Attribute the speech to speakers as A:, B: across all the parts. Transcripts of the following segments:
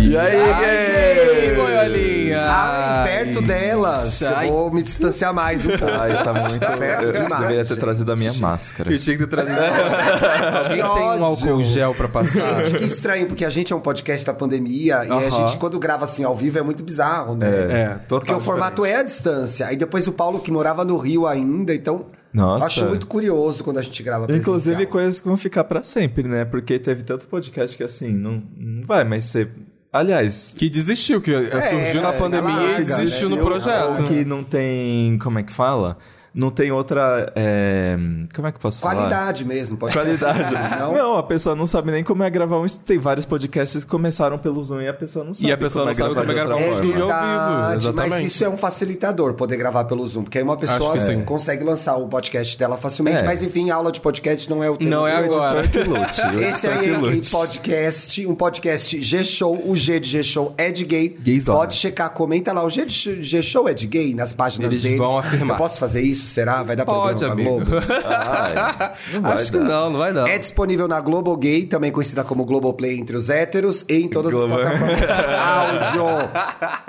A: E aí,
B: Ai,
A: gay?
B: boiolinha!
C: Ah, perto delas.
B: Ai.
C: Eu vou me distanciar mais um pouco.
A: Ai, tá muito.
C: Tá perto
A: Eu
C: demais,
A: deveria ter
C: gente.
A: trazido a minha máscara.
B: Eu tinha que ter
C: É.
B: trazido.
C: Que
B: Tem um
C: ódio.
B: álcool gel pra passar.
C: Gente, que estranho, porque a gente é um podcast da pandemia e a
B: Aham.
C: gente, quando grava assim ao vivo, é muito bizarro, né?
A: É, total
C: Porque o formato é a distância. Aí depois o Paulo, que morava no Rio ainda, então.
A: Nossa.
C: Acho muito curioso quando a gente grava
A: Inclusive
C: presencial.
A: coisas que vão ficar pra sempre, né? Porque teve tanto podcast que assim, não, não vai mais ser. Aliás,
B: Que desistiu, que surgiu na
C: é,
B: pandemia
C: larga,
B: e desistiu
C: né?
B: no projeto.
A: ou que não tem. Como é que fala? Não tem outra. é, como é que eu posso falar?
C: Qualidade mesmo, pode
A: Qualidade.
C: Não.
A: não. a pessoa não sabe nem como é gravar um. Tem vários podcasts que começaram pelo Zoom e a pessoa não sabe.
B: a pessoa não sabe como é
A: de outra
B: gravar um
C: É
A: forma.
B: vídeo. ao
C: verdade,
B: vivo,
C: mas
B: exatamente.
C: isso é um facilitador, poder gravar pelo Zoom, porque aí uma pessoa
B: Acho que sim.
C: consegue lançar o podcast dela facilmente,
A: É.
C: mas enfim, aula de podcast não é o tema
B: Não é
C: de hoje.
B: agora.
A: Que lute, eu tô
C: Esse aí é
A: que
C: gay
A: lute.
C: podcast, um podcast G-Show, o G de G-Show é de gay.
A: Gaysona.
C: Pode checar, comenta lá, o G de G-Show é de gay nas páginas
B: Eles
C: deles.
B: vão afirmar.
C: Eu posso fazer isso, será? Vai dar
B: Pode,
C: problema
B: amigo.
C: pra Globo?
A: Ai, não vai
B: Acho que
A: dar.
B: não, não vai não.
C: É disponível na Global Gay, também conhecida como Globoplay entre os héteros, e em todas
A: Globo.
C: as plataformas de áudio.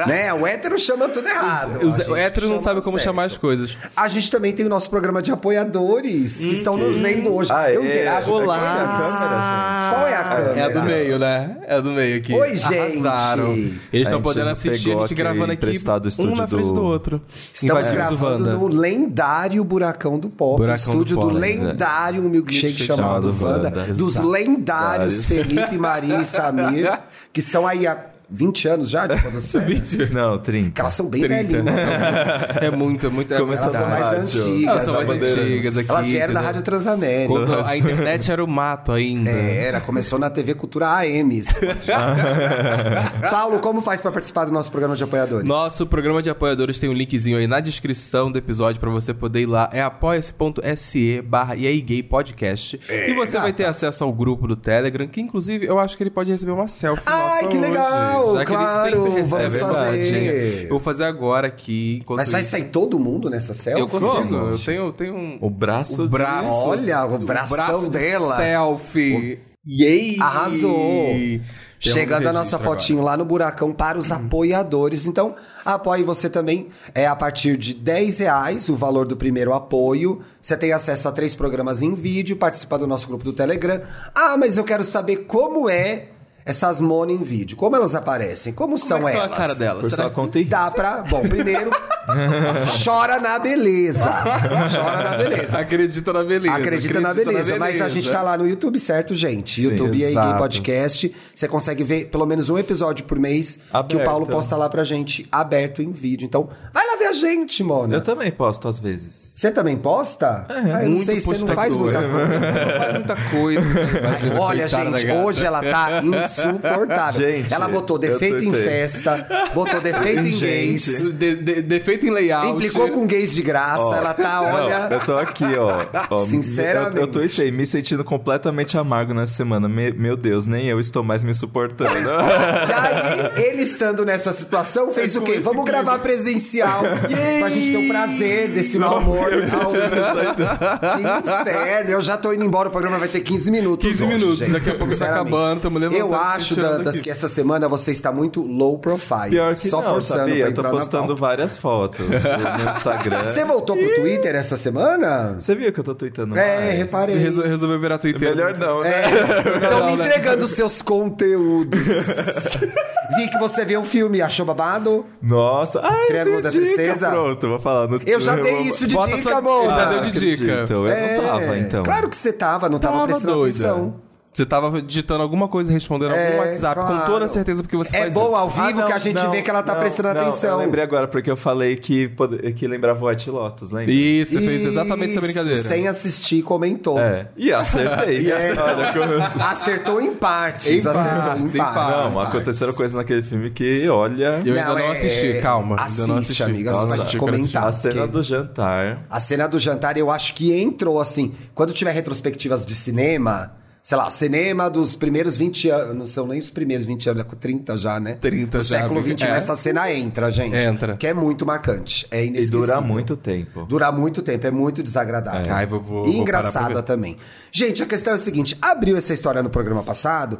C: né? O hétero chama tudo errado.
B: Os
C: A gente
B: héteros não
C: chama
B: sabem como
C: certo.
B: chamar as coisas.
C: A gente também tem o nosso programa de apoiadores, que estão nos
B: Uhum.
C: vendo hoje.
A: Ah,
C: Eu
A: é.
C: interajo.
A: Olá.
C: Qual é a câmera, gente? Qual é a câmera?
B: É a do meio, né? É a do meio aqui.
C: Oi, gente.
B: Arrasaram. Eles
A: A
B: estão
A: gente
B: podendo assistir a
A: pegou
B: gente gravando
A: aquele
B: aqui
A: emprestado
B: um
A: estúdio
B: na frente do,
A: do
B: outro.
C: Estamos
B: Invadimos o
C: gravando
B: Wanda.
C: no lendário Buracão do Pop,
B: Buracão
C: estúdio
B: do
C: do,
B: Pop, né?
C: lendário milkshake
A: chamado
C: chamado Wanda,
A: Wanda.
C: dos
A: Exato. Vários.
C: lendários Felipe, Marina e Samir, que estão aí há 20 anos já de produção. Porque
A: Não, 30.
C: elas são bem
B: 30.
C: velhinhas.
B: É muito, é muito. é
C: Elas
A: Começou
C: são
A: na
C: mais
A: rádio.
C: antigas.
B: Elas são mais
C: Bandeiras.
B: antigas aqui,
C: Elas vieram da
B: entendeu?
C: Rádio Transamérica.
B: Quando a internet era o mato ainda.
C: É, Era, começou na TV Cultura AM. esse podcast. Paulo, como faz pra participar do nosso programa de apoiadores?
B: Nosso programa de apoiadores tem um linkzinho aí na descrição do episódio pra você poder ir lá. É apoia.se barra e aí gay podcast.
C: É,
B: e você vai ter acesso ao grupo do Telegram, que inclusive eu acho que ele pode receber uma selfie
C: Ai,
B: nossa hoje,
C: que legal,
B: já que
C: claro,
B: ele sempre recebe.
C: vamos
B: É verdade.
C: fazer.
B: Eu vou fazer agora aqui. enquanto
C: Mas vai
B: isso.
C: sair todo mundo nessa selfie?
B: Eu consigo, eu
A: Vamos.
B: tenho, eu tenho um...
A: O braço.
B: O braço.
C: Olha, o bração
B: braço de
C: dela.
B: Selfie. Yay!
C: Arrasou.
B: Temos
C: Chegando a
B: registro
C: nossa
B: agora.
C: fotinho lá no buracão para os apoiadores. Então, apoie você também. É a partir de 10 reais o valor do primeiro apoio. Você tem acesso a três programas em vídeo, participar do nosso grupo do Telegram. Ah, mas eu quero saber como é essas monas em vídeo. Como elas aparecem? Como, são
B: Como é que são
C: elas?
B: a cara dela?
A: Por
B: Será
A: sua
B: que-
A: conta e risco.
C: Dá pra. Bom, primeiro, chora na beleza. Chora na Tá, beleza.
B: Acredita na beleza.
C: Acredita, na, beleza, mas a gente tá lá no YouTube, certo, gente?
A: Sim,
C: YouTube e Gay
A: exato.
C: Podcast. Você consegue ver pelo menos um episódio por mês que o
A: Aberto.
C: Paulo posta lá pra gente, aberto em vídeo. Então, vai lá ver a gente, Mona.
A: Eu É, também posto às vezes.
C: Você também posta? Ah, eu não
B: muito
C: sei, você não faz muita
B: postador.
C: coisa.
B: Não faz muita coisa. Imagina,
C: né? Olha,
B: coitada da
C: gente,
B: gata.
C: hoje ela tá insuportável.
A: Gente,
C: ela botou
A: eu
C: defeito em
A: tuitei.
C: festa, botou defeito em gays,
B: De- de- defeito em layout.
C: implicou com gays de graça.
A: Ó,
C: Ela tá, olha.
A: Não, eu tô aqui, ó. ó
C: Sinceramente.
A: Eu, eu tuitei, me sentindo completamente amargo nessa semana. Me- meu Deus, nem eu estou mais me suportando.
C: E aí, ele estando nessa situação,
B: É
C: fez o quê? Vamos gravar presencial. Pra gente ter o prazer desse mau humor. ao vivo. Que inferno. Eu já tô indo embora, o programa vai ter 15 minutos.
B: 15
C: hoje,
B: minutos,
C: gente,
B: daqui a pouco tá
C: sinceramente.
B: acabando, tamo levantando,
C: Eu acho,
B: fechando
C: Dantas,
B: aqui.
C: que essa semana você está muito low profile.
A: Pior que
C: Só
A: não,
C: forçando
A: sabia?
C: pra
A: Eu tô
C: entrar na
A: postando
C: pauta.
A: várias fotos no meu Instagram.
C: Você voltou pro Twitter essa semana?
A: Você viu que eu tô tweetando
C: É,
A: mais?
C: reparei.
B: Resol- resolveu virar Twitter.
A: Melhor não, né?
C: Estão É. me
B: É. né?
C: entregando seus conteúdos. Vi que você viu um filme, achou babado?
A: Nossa. Ai,
C: Triângulo
A: dei
C: da
A: dica.
C: Tristeza?
A: Pronto, vou falar no
C: Eu já
A: vou-
C: dei isso de
B: Bota
C: dica,
B: sua-
C: amor.
B: Ele já deu
A: Ah,
B: de dica.
A: acredito, Eu não tava,
C: É,
A: então.
C: Claro que você tava, não tava,
B: Tava
C: prestando
B: doida.
C: atenção.
B: Você tava digitando alguma coisa, respondendo
C: É,
B: algum WhatsApp, com
C: claro.
B: toda certeza, porque você
C: É
B: faz
C: bom
B: isso.
C: ao vivo
A: Ah, não,
C: que a gente
A: não,
C: vê que ela tá
A: não,
C: prestando
A: não,
C: atenção.
A: Eu lembrei agora, porque eu falei que, pod- que lembrava o White Lotus, lembra?
B: Isso, você fez exatamente essa
C: Isso,
B: brincadeira.
C: Sem assistir e comentou. é
A: É. E acertei. e acertei. Olha como eu-
C: Acertou em partes.
B: Em
C: acertou
B: partes,
C: em
B: em
C: partes.
B: partes.
A: Não, aconteceu coisa naquele filme que, olha...
B: Eu ainda não assisti, calma, ainda
C: é, Assiste,
B: não assisti.
C: amiga,
B: Nossa,
C: você vai
B: eu
C: te
B: quero assistir.
C: comentar.
A: a cena
C: porque
A: do jantar...
C: A cena do jantar, eu acho que entrou assim. Quando tiver retrospectivas de cinema, sei lá, cinema dos primeiros 20 anos. Não são nem os primeiros 20 anos, é com 30 já, né?
B: 30
C: Do
B: já,
C: século
B: amiga.
C: XXI,
B: É.
C: essa cena entra, gente.
B: Entra.
C: Que é muito marcante. É
A: E
C: inesquecível.
A: dura muito tempo.
C: Durar muito tempo, é muito desagradável.
B: É. Ai, vou- vou- vou
C: e
B: parar pra
C: engraçada
B: ver.
C: também. Gente, a questão é a seguinte: abriu essa história no programa passado.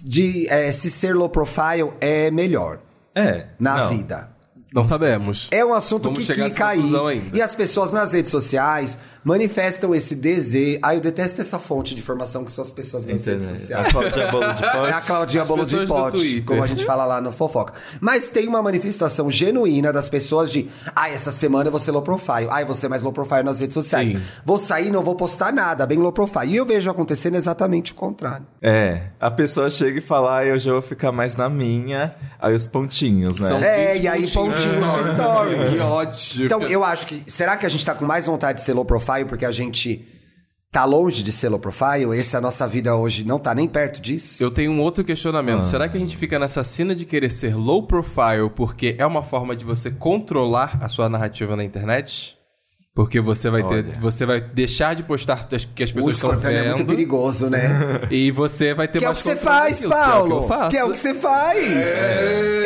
C: de é, se ser low profile é melhor
A: É.
C: na
A: não.
C: vida.
B: Não sabemos.
C: É um assunto
B: Vamos
C: que
B: chegar
C: quica
B: a essa
C: aí.
B: conclusão ainda.
C: E as pessoas nas redes sociais manifestam esse desejo. Ai, eu detesto essa fonte de informação que são as pessoas nas redes
A: Internet. A
C: sociais.
A: Cláudia Bolo de
C: É a
A: Pote.
C: Claudinha
B: As
C: Bolo de
B: pessoas do
C: Pote,
B: Twitter.
C: como a gente fala lá no Fofoca. Mas tem uma manifestação genuína das pessoas de ai, essa semana eu vou ser low profile. Ai, você mais low profile nas redes sociais.
B: Sim.
C: Vou sair, não vou postar nada, bem low profile. E eu vejo acontecendo exatamente o contrário.
A: É. A pessoa chega e fala, ah, eu já vou ficar mais na minha. Aí os pontinhos, né?
B: São
C: É,
B: 20
C: e aí pontinhos no stories.
B: Que ódio.
C: Então, eu acho que. Será que a gente tá com mais vontade de ser low profile porque a gente tá longe de ser low profile? Essa nossa vida hoje não tá nem perto disso?
B: Eu tenho um outro questionamento. Será que a gente fica nessa cena de querer ser low profile porque é uma forma de você controlar a sua narrativa na internet? Porque você vai ter,
A: Olha.
B: você vai deixar de postar as- que as
C: o
B: pessoas estão
C: escorpião é muito
B: vendo
C: perigoso, né?
B: e você vai ter
C: que é o
B: mais
C: que você
B: controle
C: faz,
B: daquilo,
C: Paulo!
B: Que é o que eu faço.
C: você faz!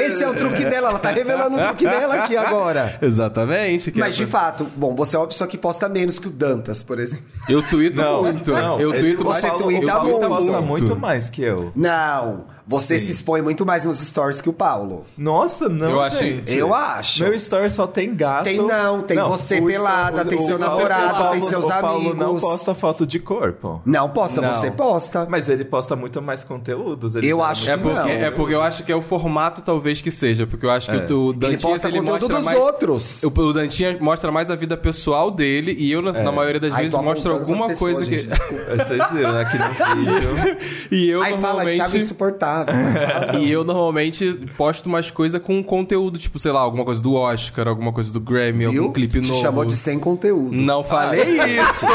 C: Esse é o truque dela, ela tá revelando o truque dela aqui agora.
B: Exatamente. que é
C: Mas de
B: o-
C: fato, bom, você é uma pessoa que posta menos que o Dantas, por exemplo.
B: eu tuito
A: Não,
B: muito.
A: não,
B: eu
A: é-
B: tuito
A: o
B: mais
C: você
A: Paulo-
C: tuita
A: o Paulo
C: muito.
A: gosta muito mais que eu.
C: Não, você
A: Sim.
C: se expõe muito mais nos stories que o Paulo.
A: Nossa, não,
B: Eu acho-
A: gente.
C: Eu acho.
A: Meu story só tem gato.
C: Tem não, tem você
A: o
C: pelada,
A: o-
C: tem
A: o
C: seu
A: Paulo-
C: namorado,
A: o Paulo-
C: tem seus
A: o Paulo não
C: amigos.
A: posta foto de corpo.
C: Não posta,
B: Não.
C: você posta.
A: Mas ele posta muito mais conteúdos. ele
C: Eu
A: já-
C: acho
B: É
C: que
B: porque,
C: não.
B: é porque eu acho que é o formato, talvez, que seja. Porque eu acho que o
C: ele
B: Dantinhas,
C: posta
B: ele
C: conteúdo
B: mostra
C: dos
B: mais...
C: outros.
B: O, o Dantinha mostra mais a vida pessoal dele e eu, na, na maioria das
C: É. Aí
B: vezes,
C: tô
B: mostro
C: apontando
B: alguma
C: pras
B: coisa
C: pessoas,
B: que.
C: gente, desculpa.
A: É, Vocês viram naquele vídeo.
B: E eu
C: Aí fala, Thiago é
B: normalmente.
C: insuportável. né?
B: E eu normalmente posto umas coisas com conteúdo, tipo, sei lá, alguma coisa do Oscar, alguma coisa do Grammy, algum
C: Viu?
B: Um clipe
C: Te
B: novo. Hum.
C: chamou de Ah. sem conteúdo.
B: Não falei isso!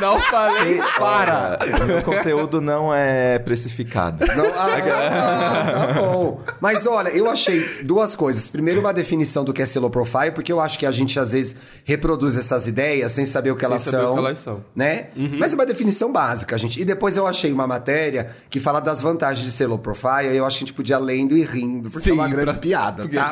B: Não falei! Para!
A: Meu conteúdo não é precificado.
C: Não, ah, tá bom. Mas olha, eu achei duas coisas. Primeiro, uma definição do que é ser low profile, porque eu acho que a gente às vezes reproduz essas ideias sem saber o que, elas,
B: saber o que
C: são,
B: elas
A: Então.
B: são.
C: Né?
A: Uhum.
C: Mas é uma definição básica, gente. E depois eu achei uma matéria que fala das vantagens de ser low profile, e eu acho que a gente podia lendo e rindo, porque é uma
B: Sim,
C: grande
B: pra-
C: piada, tá?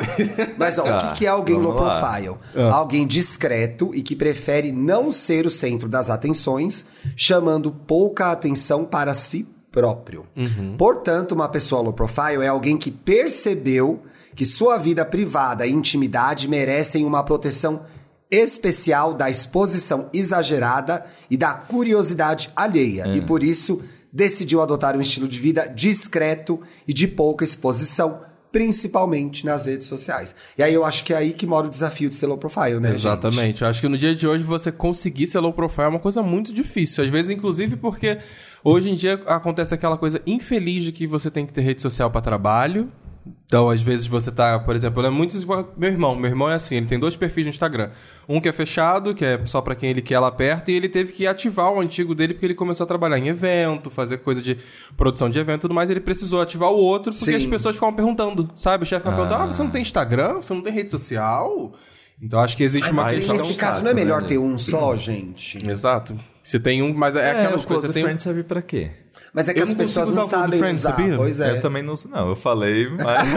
C: Mas ó,
A: Tá,
C: o que que é alguém low
A: vamos lá. Ah.
C: profile? profile. Alguém discreto e que prefere não ser o centro das atenções, chamando pouca atenção para si próprio.
A: Uhum.
C: Portanto, uma pessoa low profile é alguém que percebeu que sua vida privada e intimidade merecem uma proteção especial da exposição exagerada e da curiosidade alheia.
B: É.
C: E por isso decidiu adotar um estilo de vida discreto e de pouca exposição principalmente nas redes sociais. E aí eu acho que é aí que mora o desafio de ser low profile, né? gente?
B: Exatamente. Eu acho que no dia de hoje você conseguir ser low profile é uma coisa muito difícil. Às vezes, inclusive, porque hoje em dia acontece aquela coisa infeliz de que você tem que ter rede social para trabalho. Então, às vezes você tá, por exemplo, é muito igual- meu irmão, meu irmão é assim, ele tem dois perfis no Instagram. Um que é fechado, que é só para quem ele quer lá perto, e ele teve que ativar o antigo dele porque ele começou a trabalhar em evento, fazer coisa de produção de evento e tudo mais, ele precisou ativar o outro porque
C: Sim.
B: as pessoas ficavam perguntando, sabe? O chefe ficava
A: Ah.
B: perguntando: "Ah, você não tem Instagram? Você não tem rede social?" Então acho que existe uma
A: Mas
C: Mas
B: questão.
A: é um
C: nesse caso
A: saco,
C: não é melhor
A: né,
C: ter um só, gente.
B: Exato. Você tem um, mas é, aquelas
A: o
B: coisas.
A: Close
B: Você tem um...
A: Friends serve pra quê?
C: Mas é que
B: Eu
C: as
B: não
C: pessoas
B: consigo
C: não
B: usar o Close
C: sabem
B: Friends,
C: usar.
B: sabia?
C: Pois é.
A: Eu também não uso, não. Eu falei, mas...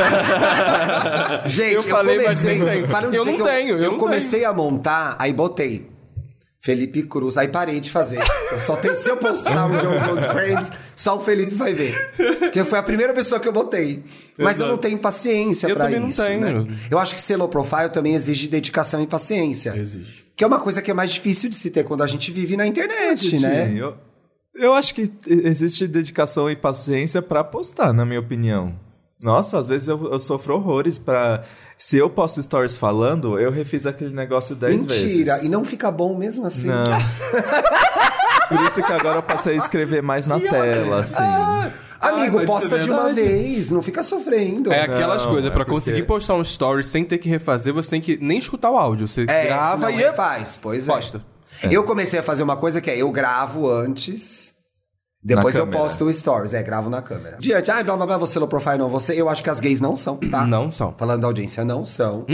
C: Gente, eu,
B: Eu falei, mas
C: comecei.
B: nem tenho.
C: Para de
B: Eu
C: dizer
B: não
C: que
B: tenho, eu
C: Eu
B: não
C: comecei a montar, aí botei. Felipe Cruz, aí parei de fazer. Eu Só tem se eu postar um jogo Close Friends, só o Felipe vai ver. Porque foi a primeira pessoa que eu botei. Mas eu não tenho paciência
B: Eu
C: pra
B: também não
C: isso.
B: tenho.
C: né? Eu acho que ser low profile também exige dedicação e paciência.
B: Existe.
C: Que é uma coisa que é mais difícil de se ter quando a gente vive na internet, né?
A: Eu, eu acho que existe dedicação e paciência pra postar, na minha opinião. Nossa, às vezes eu, eu sofro horrores pra... Se eu posto stories falando, eu refiz aquele negócio dez vezes.
C: Mentira. E não fica bom mesmo assim.
A: Não. Por isso que agora eu passei a escrever mais na tela, assim.
C: Amigo,
B: Ai, mas isso
C: posta
B: é
C: de uma
B: verdade.
C: vez, não fica sofrendo.
B: É aquelas
A: Não,
B: coisas,
A: é
B: pra
A: porque-
B: conseguir postar um story sem ter que refazer, você tem que nem escutar o áudio. Você
C: É,
B: grava
C: senão
B: e
C: ele faz, pois é.
B: posta.
C: Eu comecei a fazer uma coisa que é eu gravo antes.
A: Na
C: Depois eu
A: câmera.
C: posto o stories, é, gravo na câmera. Diante, ai, blá blá blá, você low profile não, você. Eu acho que as gays não são, tá?
B: Não são.
C: Falando da audiência, não são.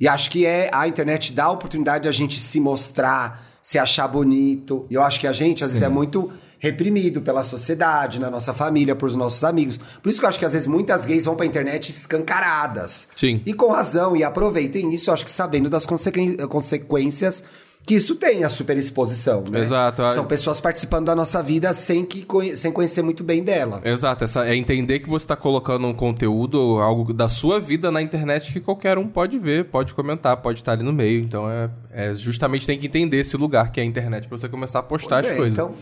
C: E acho que é a internet dá a oportunidade de a gente se mostrar, se achar bonito. E eu acho que a gente, às vezes, é muito reprimido pela sociedade, na nossa família, pros nossos amigos. Por isso que eu acho que às vezes muitas gays vão pra internet escancaradas.
B: Sim.
C: E com razão, e aproveitem isso, eu acho que sabendo das consequen- consequências que isso tem, a superexposição, né?
B: Exato, é.
C: São pessoas participando da nossa vida sem, que, conhe- sem conhecer muito bem dela.
B: Exato, essa, é entender que você está colocando um conteúdo, algo da sua vida na internet que qualquer um pode ver, pode comentar, pode estar ali no meio. Então é, é justamente tem que entender esse lugar que é a internet pra você começar a postar
C: Pois
B: as
C: é,
B: coisas.
C: então-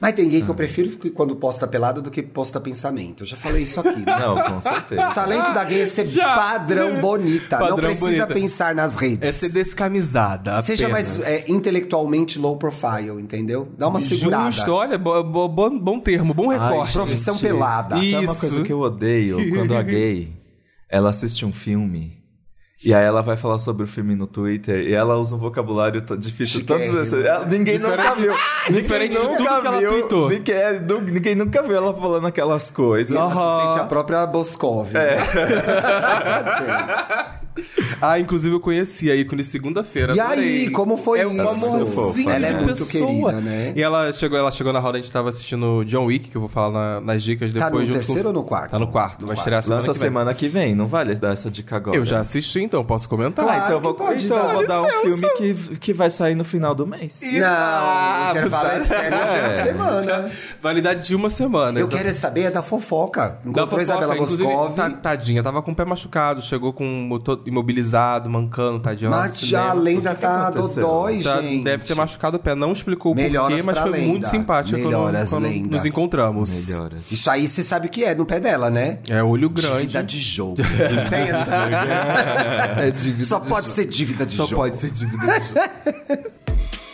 C: Mas tem gay que eu prefiro que quando posta pelado do que posta pensamento. Eu já falei isso aqui. né?
A: Não, com
C: O
A: certeza.
C: talento da gay é ser
B: Já.
C: padrão bonita.
B: Padrão
C: não precisa
B: bonita.
C: pensar nas redes.
B: É ser descamisada.
C: Seja mais
B: apenas.
C: é, intelectualmente low profile, entendeu? Dá uma segurada.
B: Justo, olha, bo- bo- bom, bom termo, bom recorte.
C: profissão pelada.
A: Isso. Sabe uma
B: Isso.
A: coisa que eu odeio? Quando a gay, ela assiste um filme... E aí ela vai falar sobre o filme no Twitter e ela usa um vocabulário t- difícil todos
C: Chiquérrimo.
A: esses. ela- Ninguém nunca
B: Diferente-
A: viu. Ninguém
B: diferente de tudo
A: nunca
B: que ela
A: viu,
B: tweetou.
A: Ninguém, é, nu- ninguém nunca viu ela falando aquelas
C: E
A: coisas.
C: ela se
B: Aham.
C: sente a própria Boscov. né?
B: Ah, inclusive eu conheci aí quando segunda-feira.
C: E
B: adorei.
C: aí, como foi
B: é
C: isso?
B: um amorzinho
A: Ela
C: é
B: de
C: muito
B: pessoa.
C: querida, né?
B: E ela chegou, ela chegou na roda, a gente tava assistindo John Wick, que eu vou falar na- nas dicas
C: Tá
B: depois.
C: no
B: junto com-
C: terceiro ou no quarto?
B: Tá no quarto, vai estrear semana
A: Lança
B: que vem.
A: semana que vem, não vale dar essa dica agora.
B: Eu já assisti, então posso comentar.
A: Ah,
C: Claro
A: então eu vou,
C: que pode
A: então eu
C: dar.
A: vou dar um filme que, que vai sair no final do mês.
C: Não, o
B: Ah,
C: intervalo é sério de uma
A: É.
C: semana.
B: Validade de uma semana.
C: Eu
B: exato.
C: quero é saber da fofoca.
B: Da
C: Encontrou
B: fofoca,
C: Isabela
B: inclusive, tá-
C: Boscov.
B: ta- Tadinha, tava com o pé machucado, chegou com o to- imobilizado, mancando, tadinha. lá no
C: Mas
B: cinema.
C: a lenda tá
A: aconteceu?
C: dodói,
B: Tá-
C: gente.
B: Deve ter machucado o pé, não explicou o
C: Melhoras
B: porquê, mas
C: pra
B: foi
C: lenda.
B: muito simpático
C: Melhoras,
B: quando, quando
C: lenda.
B: nos encontramos.
A: Melhoras.
C: Isso aí você sabe o que é no pé dela, né?
B: É olho grande.
C: Dívida de jogo. Tem essa?
B: É dívida
C: Só
B: de
C: pode
B: jogo.
C: ser dívida de
B: Só
C: jogo.
B: pode ser dívida de jogo.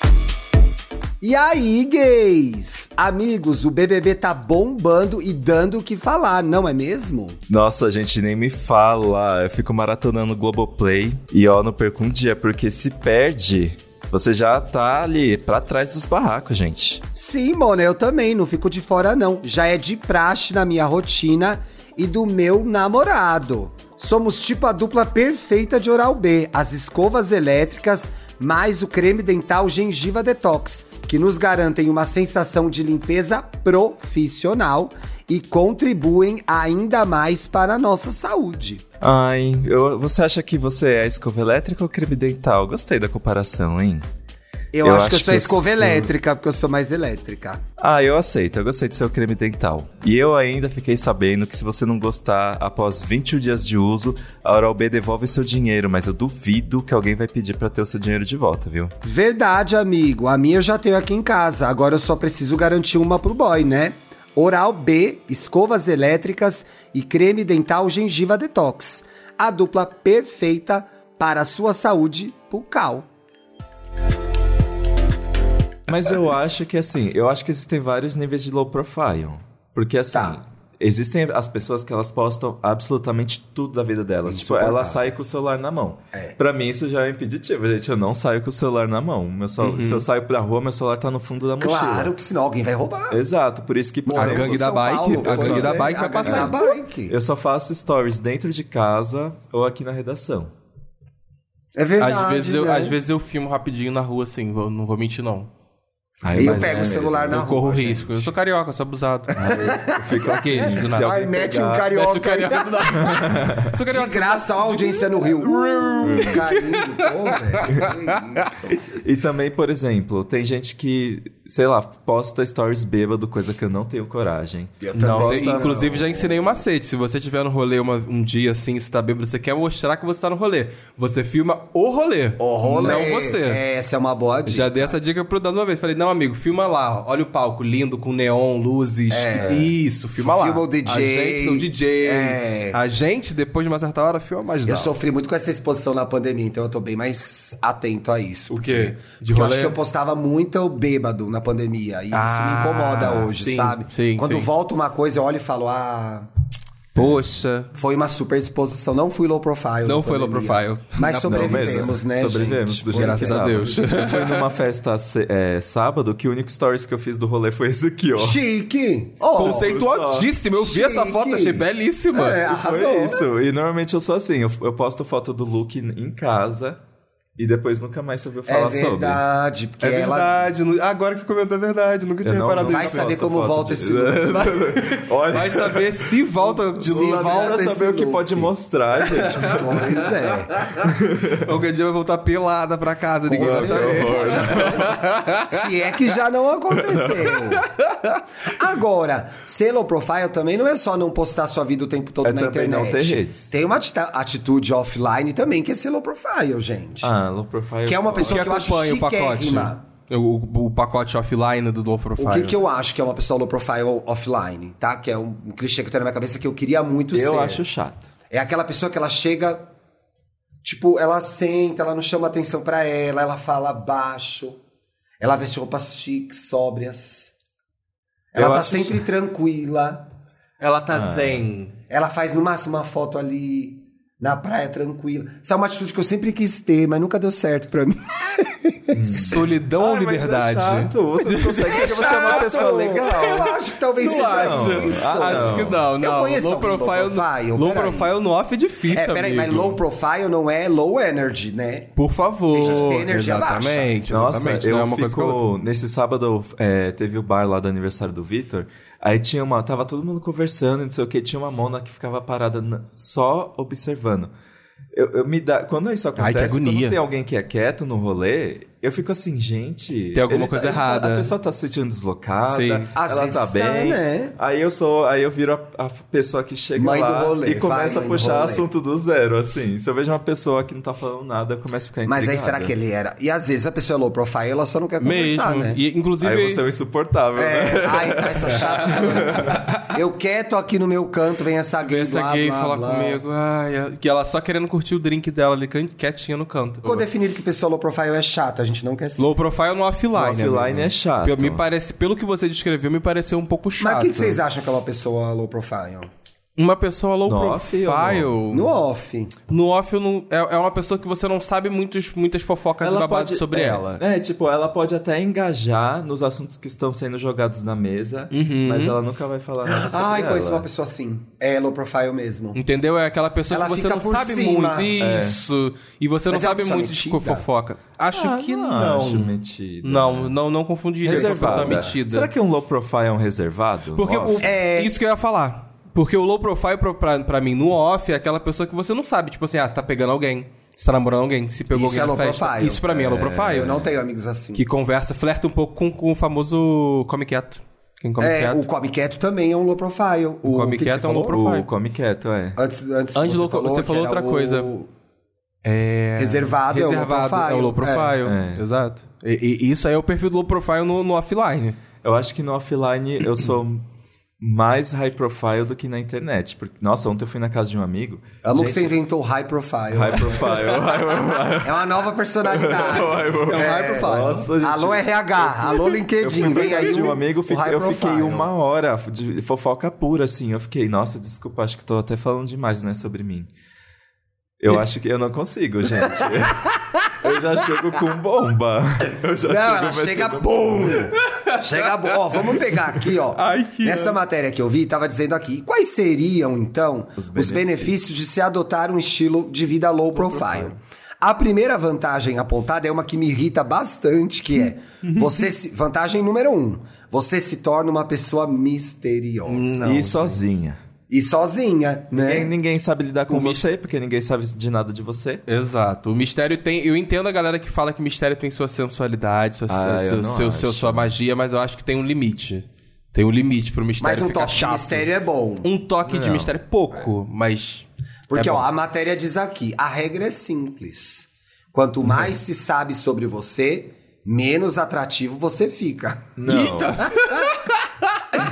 C: E aí, gays? Amigos, o BBB tá bombando e dando o que falar, não é mesmo?
A: Nossa, gente, nem me fala. Eu fico maratonando Globoplay e ó, não perco um dia, porque se perde, você já tá ali pra trás dos barracos, gente.
C: Sim, Mona, eu também, não fico de fora não. Já é de praxe na minha rotina e do meu namorado. Somos tipo a dupla perfeita de Oral-B, as escovas elétricas mais o creme dental gengiva detox, que nos garantem uma sensação de limpeza profissional e contribuem ainda mais para a nossa saúde.
A: Ai, eu- você acha que você é escova elétrica ou creme dental? Gostei da comparação, hein?
C: Eu, acho, que eu sou a escova
A: sou-
C: elétrica, porque eu sou mais elétrica.
A: Ah, eu aceito, eu gostei do seu creme dental. E eu ainda fiquei sabendo que se você não gostar após 21 dias de uso, a Oral-B devolve seu dinheiro, mas eu duvido que alguém vai pedir pra ter o seu dinheiro de volta, viu?
C: Verdade, amigo. A minha eu já tenho aqui em casa. Agora eu só preciso garantir uma pro boy, né? Oral B, escovas elétricas e creme dental gengiva detox. A dupla perfeita para a sua saúde bucal.
A: Mas eu acho que assim, eu acho que existem vários níveis de low profile. Porque assim,
C: Tá.
A: existem as pessoas que elas postam absolutamente tudo da vida delas. Tipo,
C: Insuportável.
A: ela sai com o celular na mão.
C: É.
A: Pra mim, isso já é impeditivo, gente. Eu não saio com o celular na mão. Meu cel- Se eu saio pra rua, meu celular tá no fundo da mochila.
C: Uhum. Claro que senão alguém vai roubar.
A: Exato, por isso que por
B: A
A: exemplo,
B: gangue da bike, a
C: pois
B: gangue da
C: é,
B: bike vai
C: a gangue
B: passar.
C: da bike.
A: eu só faço stories dentro de casa ou aqui na redação.
C: É verdade.
B: Às vezes, eu,
C: né?
B: às vezes eu filmo rapidinho na rua, assim, vou- não vou mentir, não.
A: Aí
C: E eu
A: mas
C: pego
A: é
C: o celular
A: mesmo.
C: na
B: Eu
C: rua,
B: corro
C: gente.
B: risco. Eu sou carioca, sou abusado.
A: Eu Fico aqui,
B: Assim,
A: do
B: é.
A: nada.
C: Ai, mete um
A: Pegar-
C: carioca.
B: Mete o carioca
C: aí.
B: do nada. Sou
C: De
B: carioca.
C: graça, a audiência no Rio. Carinho, pô, velho. Que isso.
A: E também, por exemplo, tem gente que, sei lá, posta stories bêbado, coisa que eu não tenho coragem.
C: Eu
B: Não,
C: também
B: tem- inclusive já ensinei um macete. Se você tiver no rolê uma- um dia assim, você tá bêbado, você quer mostrar que você tá no rolê. Você filma o rolê.
C: O rolê.
B: Não você.
C: Essa é uma boa dica.
B: Já dei essa dica pro Danzo uma vez. Falei, não, amigo, filma lá. ó. Olha o palco lindo, com neon, luzes. Isso, filma lá.
C: É. Filma o
B: A
C: DJ.
B: gente, o DJ.
C: É.
B: A gente, depois de uma certa hora, filma mais
C: Eu
B: lá.
C: sofri muito com essa exposição na pandemia, então eu tô bem mais atento a isso.
B: O quê? De
C: Porque eu
B: rolê?
C: acho que eu postava muito eu bêbado na pandemia. E
B: Ah,
C: isso me incomoda hoje,
B: sim,
C: sabe?
B: sim,
C: Quando
B: sim.
C: volta uma coisa, eu olho e falo, ah,
B: Poxa.
C: foi uma super exposição. Não fui low profile.
B: Não
C: na
B: foi low
C: pandemia.
B: profile.
C: Mas
B: Não,
C: sobrevivemos,
A: mesmo.
C: né?
A: Sobrevivemos,
C: gente?
A: do jeito
C: Graças
A: que
B: a
A: tava.
B: Deus.
A: Eu fui numa festa se- é, sábado que o único stories que eu fiz do rolê foi esse aqui, ó.
C: Chique! Ó,
B: Conceituadíssimo. Eu vi essa
C: Oh, Chique.
B: foto, achei belíssima.
C: É,
A: Foi
C: arrasou.
A: isso. E normalmente eu sou assim, eu, eu posto foto do look em casa. E depois nunca mais se ouviu falar
C: É verdade, porque
B: É
C: ela
B: verdade. nu- Agora que você comentou é verdade. Nunca tinha
A: não-
B: reparado
A: não
C: vai
B: nisso.
A: gosto
C: saber
A: da
C: como
A: foto
C: volta
A: de-
C: esse look. Vai-
A: sobre. Olha,
B: Vai saber se volta de
A: de
C: Se
A: Lula
B: Lula.
C: volta
A: pra
C: esse
A: saber o que
C: look.
A: pode mostrar, gente.
C: Pois é.
B: Qualquer dia vai voltar pelada pra casa. Ninguém vai
C: certeza.
B: saber.
C: Se é que já não aconteceu. Agora, ser low profile também não é só não postar sua vida o tempo todo
A: É
C: na
A: também
C: internet.
A: não ter redes.
C: Tem uma atita- atitude offline também que é ser low profile, gente.
A: Ah, low profile.
C: Que é uma pessoa-
B: que
C: Só que eu acho
B: acompanha o pacote.
C: chiquérrima.
B: O, o pacote offline do Low Profile.
C: O que, que eu acho que é uma pessoa low profile offline, tá? Que é um clichê que eu tenho na minha cabeça que eu queria muito ser.
A: Eu acho chato.
C: É aquela pessoa que ela chega, tipo, ela senta, ela não chama atenção pra ela, ela fala baixo, ela veste roupas chiques, sóbrias. Ela
A: Eu
C: tá
A: acho
C: sempre tranquila.
B: Ela tá zen.
C: Ela faz no máximo uma foto ali na praia tranquila. Isso é uma atitude que eu sempre quis ter, mas nunca deu certo pra mim.
B: Solidão ou
A: Ah, mas é
B: liberdade?
A: chato, Você não consegue porque você é uma pessoa
C: Eu
A: legal.
C: acho que talvez
B: né? Não
C: seja
B: acho.
C: isso.
A: Ah,
B: Acho que não,
C: Eu
B: não.
C: conheço
B: low
C: alguém low
B: profile,
C: profile,
B: low
C: peraí.
B: profile no off é difícil,
C: É, peraí,
B: amigo.
C: mas low profile não é low energy, né?
B: Por favor.
C: Tem gente que tem energia
B: exatamente,
A: Nossa,
B: exatamente.
A: eu
B: não é uma
A: fico...
B: coisa com a outra.
A: Nesse sábado é, teve o bar lá do aniversário do Vitor. Aí tinha uma. Tava todo mundo conversando, e não sei o que. Tinha uma mona que ficava parada na- só observando. Eu, eu me dá, quando isso
B: que
A: acontece,
B: agonia.
A: quando tem alguém que é quieto no rolê, eu fico assim, gente.
B: Tem alguma
A: ele tá-
B: coisa
A: ele tá-
B: errada.
A: A pessoa tá se sentindo deslocada.
B: Sim.
C: Às
A: ela
C: vezes
A: tá
C: tá,
A: bem.
C: né?
A: Aí eu sou. Aí eu viro a, a pessoa que chega
C: Mãe do
A: lá
C: rolê,
A: e começa
C: vai,
A: a
C: mãe do rolê.
A: puxar assunto do zero, assim. Se eu vejo uma pessoa que não tá falando nada, eu começo a ficar
C: Mas aí
A: intrigado.
C: será que ele era? E às vezes a pessoa é low profile, ela só não quer conversar,
B: Mesmo.
C: né?
B: E, inclusive,
A: Aí você é um insuportável, né?
C: É, ai, tá essa chata. falando. Eu quieto aqui no meu canto, vem essa gay,
B: essa
C: blá,
B: gay
C: blá,
B: falar
C: blá.
B: comigo. Ai, é- que ela só querendo curtir o drink dela ali, can- quietinha no canto.
C: Ficou definido que pessoa low profile é chata, a gente não quer ser.
B: Low profile no offline.
A: No offline
B: amigo.
A: é chato.
B: Porque Me parece, pelo que você descreveu, me pareceu um pouco chato.
C: Mas o que, que vocês acham que é uma pessoa low profile?
B: Uma pessoa low
A: No off
B: profile.
A: ou
C: No
A: Hum.
C: off.
B: No off eu não- é, é uma pessoa que você não sabe muitos, muitas fofocas e babados sobre
A: é,
B: ela.
A: É, tipo, ela pode até engajar nos assuntos que estão sendo jogados na mesa,
B: Uhum.
A: mas ela nunca vai falar nada sobre
C: Ai,
A: ela.
C: conheço uma pessoa assim. É low profile mesmo.
B: Entendeu? É aquela pessoa
C: Ela
B: que você
C: fica
B: não
C: por
B: sabe
C: cima. É.
B: muito isso. E você não
C: Mas é uma
B: sabe
C: pessoa
B: muito de
C: metida?
B: fofoca. Acho
A: Ah,
B: que
A: não.
B: não.
A: Acho metida.
B: Não, não, não confundiria com uma pessoa
A: Reservada.
B: metida.
A: Será que um low profile é um reservado?
B: Porque
A: Nossa.
C: É
B: o- isso que eu ia falar. Porque o low profile pra, pra, pra mim no off é aquela pessoa que você não sabe. Tipo assim, ah, você tá pegando alguém. Você tá namorando alguém. Se pegou
C: Isso
B: alguém
C: é
B: na
C: low
B: festa.
C: profile.
B: Isso pra mim é low profile.
C: Eu não tenho amigos assim.
B: Que conversa, flerta um pouco com, com o famoso come quieto. Quem come
C: é,
B: quieto.
C: o Come Quieto também é um low profile. O,
B: Come
C: que que
B: Quieto
C: você
B: é um low
C: falou?
B: profile.
A: O come quieto, é.
C: Antes, antes
B: Antes
C: você
B: low-
C: falou,
B: você
C: que
B: falou
C: era
B: outra
C: o-
B: coisa. É...
C: Reservado é o low
B: Reservado é
C: profile.
B: o low profile.
A: É.
B: Exato. E, e isso aí é o perfil do low profile no, no offline.
A: Eu acho que no offline eu sou mais high profile do que na internet. Porque, nossa, ontem eu fui na casa de um amigo.
C: Amo que
A: Gente,
C: você inventou o high profile.
A: High profile, high profile.
C: É uma nova personalidade.
B: É um
C: É.
A: profile. Nossa, gente.
C: um Alô RH, alô
A: Eu fui
C: LinkedIn,
A: pra
C: vem
A: casa
C: aí
A: de um
C: o-
A: amigo,
C: o
A: fiquei-
C: high
A: eu fiquei
C: profile.
A: uma hora de fofoca pura, assim. Eu fiquei, nossa, desculpa, acho que tô até falando demais, né, sobre mim. Eu acho que eu não consigo, gente. eu já chego com bomba. Eu já
C: Não,
A: chego
C: ela
A: metendo-
C: chega bum! chega bum! Ó, vamos pegar aqui, ó.
B: Ai, que
C: Nessa matéria que eu vi, tava dizendo aqui. Quais seriam, então, os
A: Os
C: benefícios, de se adotar um estilo de vida low profile? A primeira vantagem apontada é uma que me irrita bastante, que é... você se- Vantagem número um. Você se torna uma pessoa misteriosa.
A: e sozinha.
C: E sozinha, né?
A: Ninguém, ninguém sabe lidar com
B: É. O mis-
A: você, porque ninguém sabe de nada de você.
B: Exato. O mistério tem. Eu entendo a galera que fala que mistério tem sua sensualidade, sua,
A: Ah, eu
B: seu,
A: não
B: seu- seu-
A: acho.
B: sua magia, mas eu acho que tem um limite. Tem um limite pro mistério
C: Mas um
B: ficar
C: toque de
B: chato.
C: mistério é bom.
B: Um toque de
A: Não.
B: mistério pouco, mas.
C: É. Porque,
B: é
C: ó,
B: bom.
C: a matéria diz aqui: a regra é simples. Quanto mais se sabe sobre você, menos atrativo você fica.
A: Não.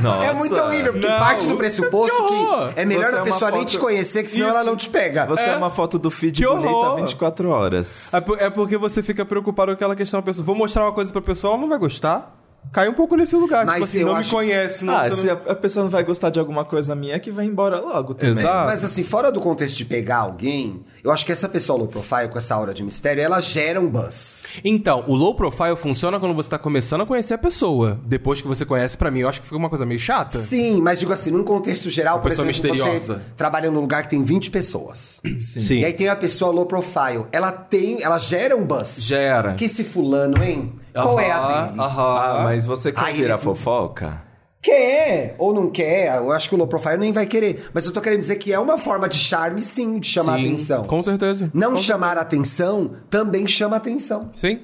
A: Nossa.
C: É muito horrível, porque parte do pressuposto
B: Que horror!
C: que é melhor
A: Você
C: a
A: é uma
C: pessoa nem
A: foto-
C: te conhecer, que senão
B: Isso.
C: ela não te pega.
A: Você é. uma foto do feed
B: Que
A: bonita
B: horror!
A: 24 horas.
B: É por- É porque você fica preocupado com aquela questão da pessoa. Vou mostrar uma coisa pra pessoa, ela não vai gostar. cai um pouco nesse lugar.
C: Mas
B: tipo assim,
C: eu
B: não
C: acho-
B: me conhece, não.
A: Ah,
B: você
A: se
B: não...
A: a, a pessoa não vai gostar de alguma coisa minha, é que vai embora logo também.
B: Exato.
C: Mas assim, fora do contexto de pegar alguém, eu acho que essa pessoa low profile, com essa aura de mistério, ela gera um buzz.
B: Então, o low profile funciona quando você tá começando a conhecer a pessoa. Depois que você conhece, pra mim, eu acho que fica uma coisa meio chata.
C: Sim, mas digo assim, num contexto geral, por
B: pessoa
C: exemplo,
B: misteriosa.
C: você trabalha num lugar que tem 20 pessoas.
A: Sim.
B: Sim.
C: E aí tem a pessoa low profile. Ela tem, ela gera um buzz.
B: Gera.
C: Que esse fulano, hein? Qual é a
B: Aham,
C: dele?
B: aham.
A: Ah, mas você quer
C: Aí
A: virar
C: ele-
A: fofoca?
C: Quer ou não quer, eu acho que o low profile nem vai querer. Mas eu tô querendo dizer que é uma forma de charme, sim, de chamar
B: Sim,
C: atenção.
B: Com certeza.
C: Não
B: Com-
C: chamar atenção também chama atenção.
B: Sim.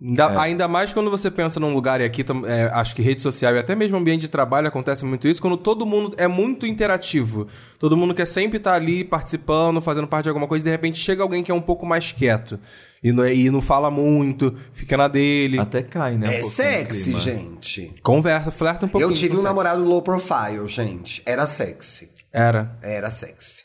B: Ainda, ainda mais quando você pensa num lugar, e aqui tam- é, acho que rede social e até mesmo ambiente de trabalho acontece muito isso, quando todo mundo é muito interativo. Todo mundo quer sempre estar ali participando, fazendo parte de alguma coisa, e de repente chega alguém que é um pouco mais quieto. E não, é- e não fala muito, fica na dele.
A: Até cai, né? um
C: É
A: pouquinho o
C: sexy,
A: clima.
C: gente.
B: Conversa, flerta um pouquinho.
C: Eu tive
B: com
C: um
B: sexo.
C: namorado low profile, gente. Era sexy.
B: Era.
C: Era sexy.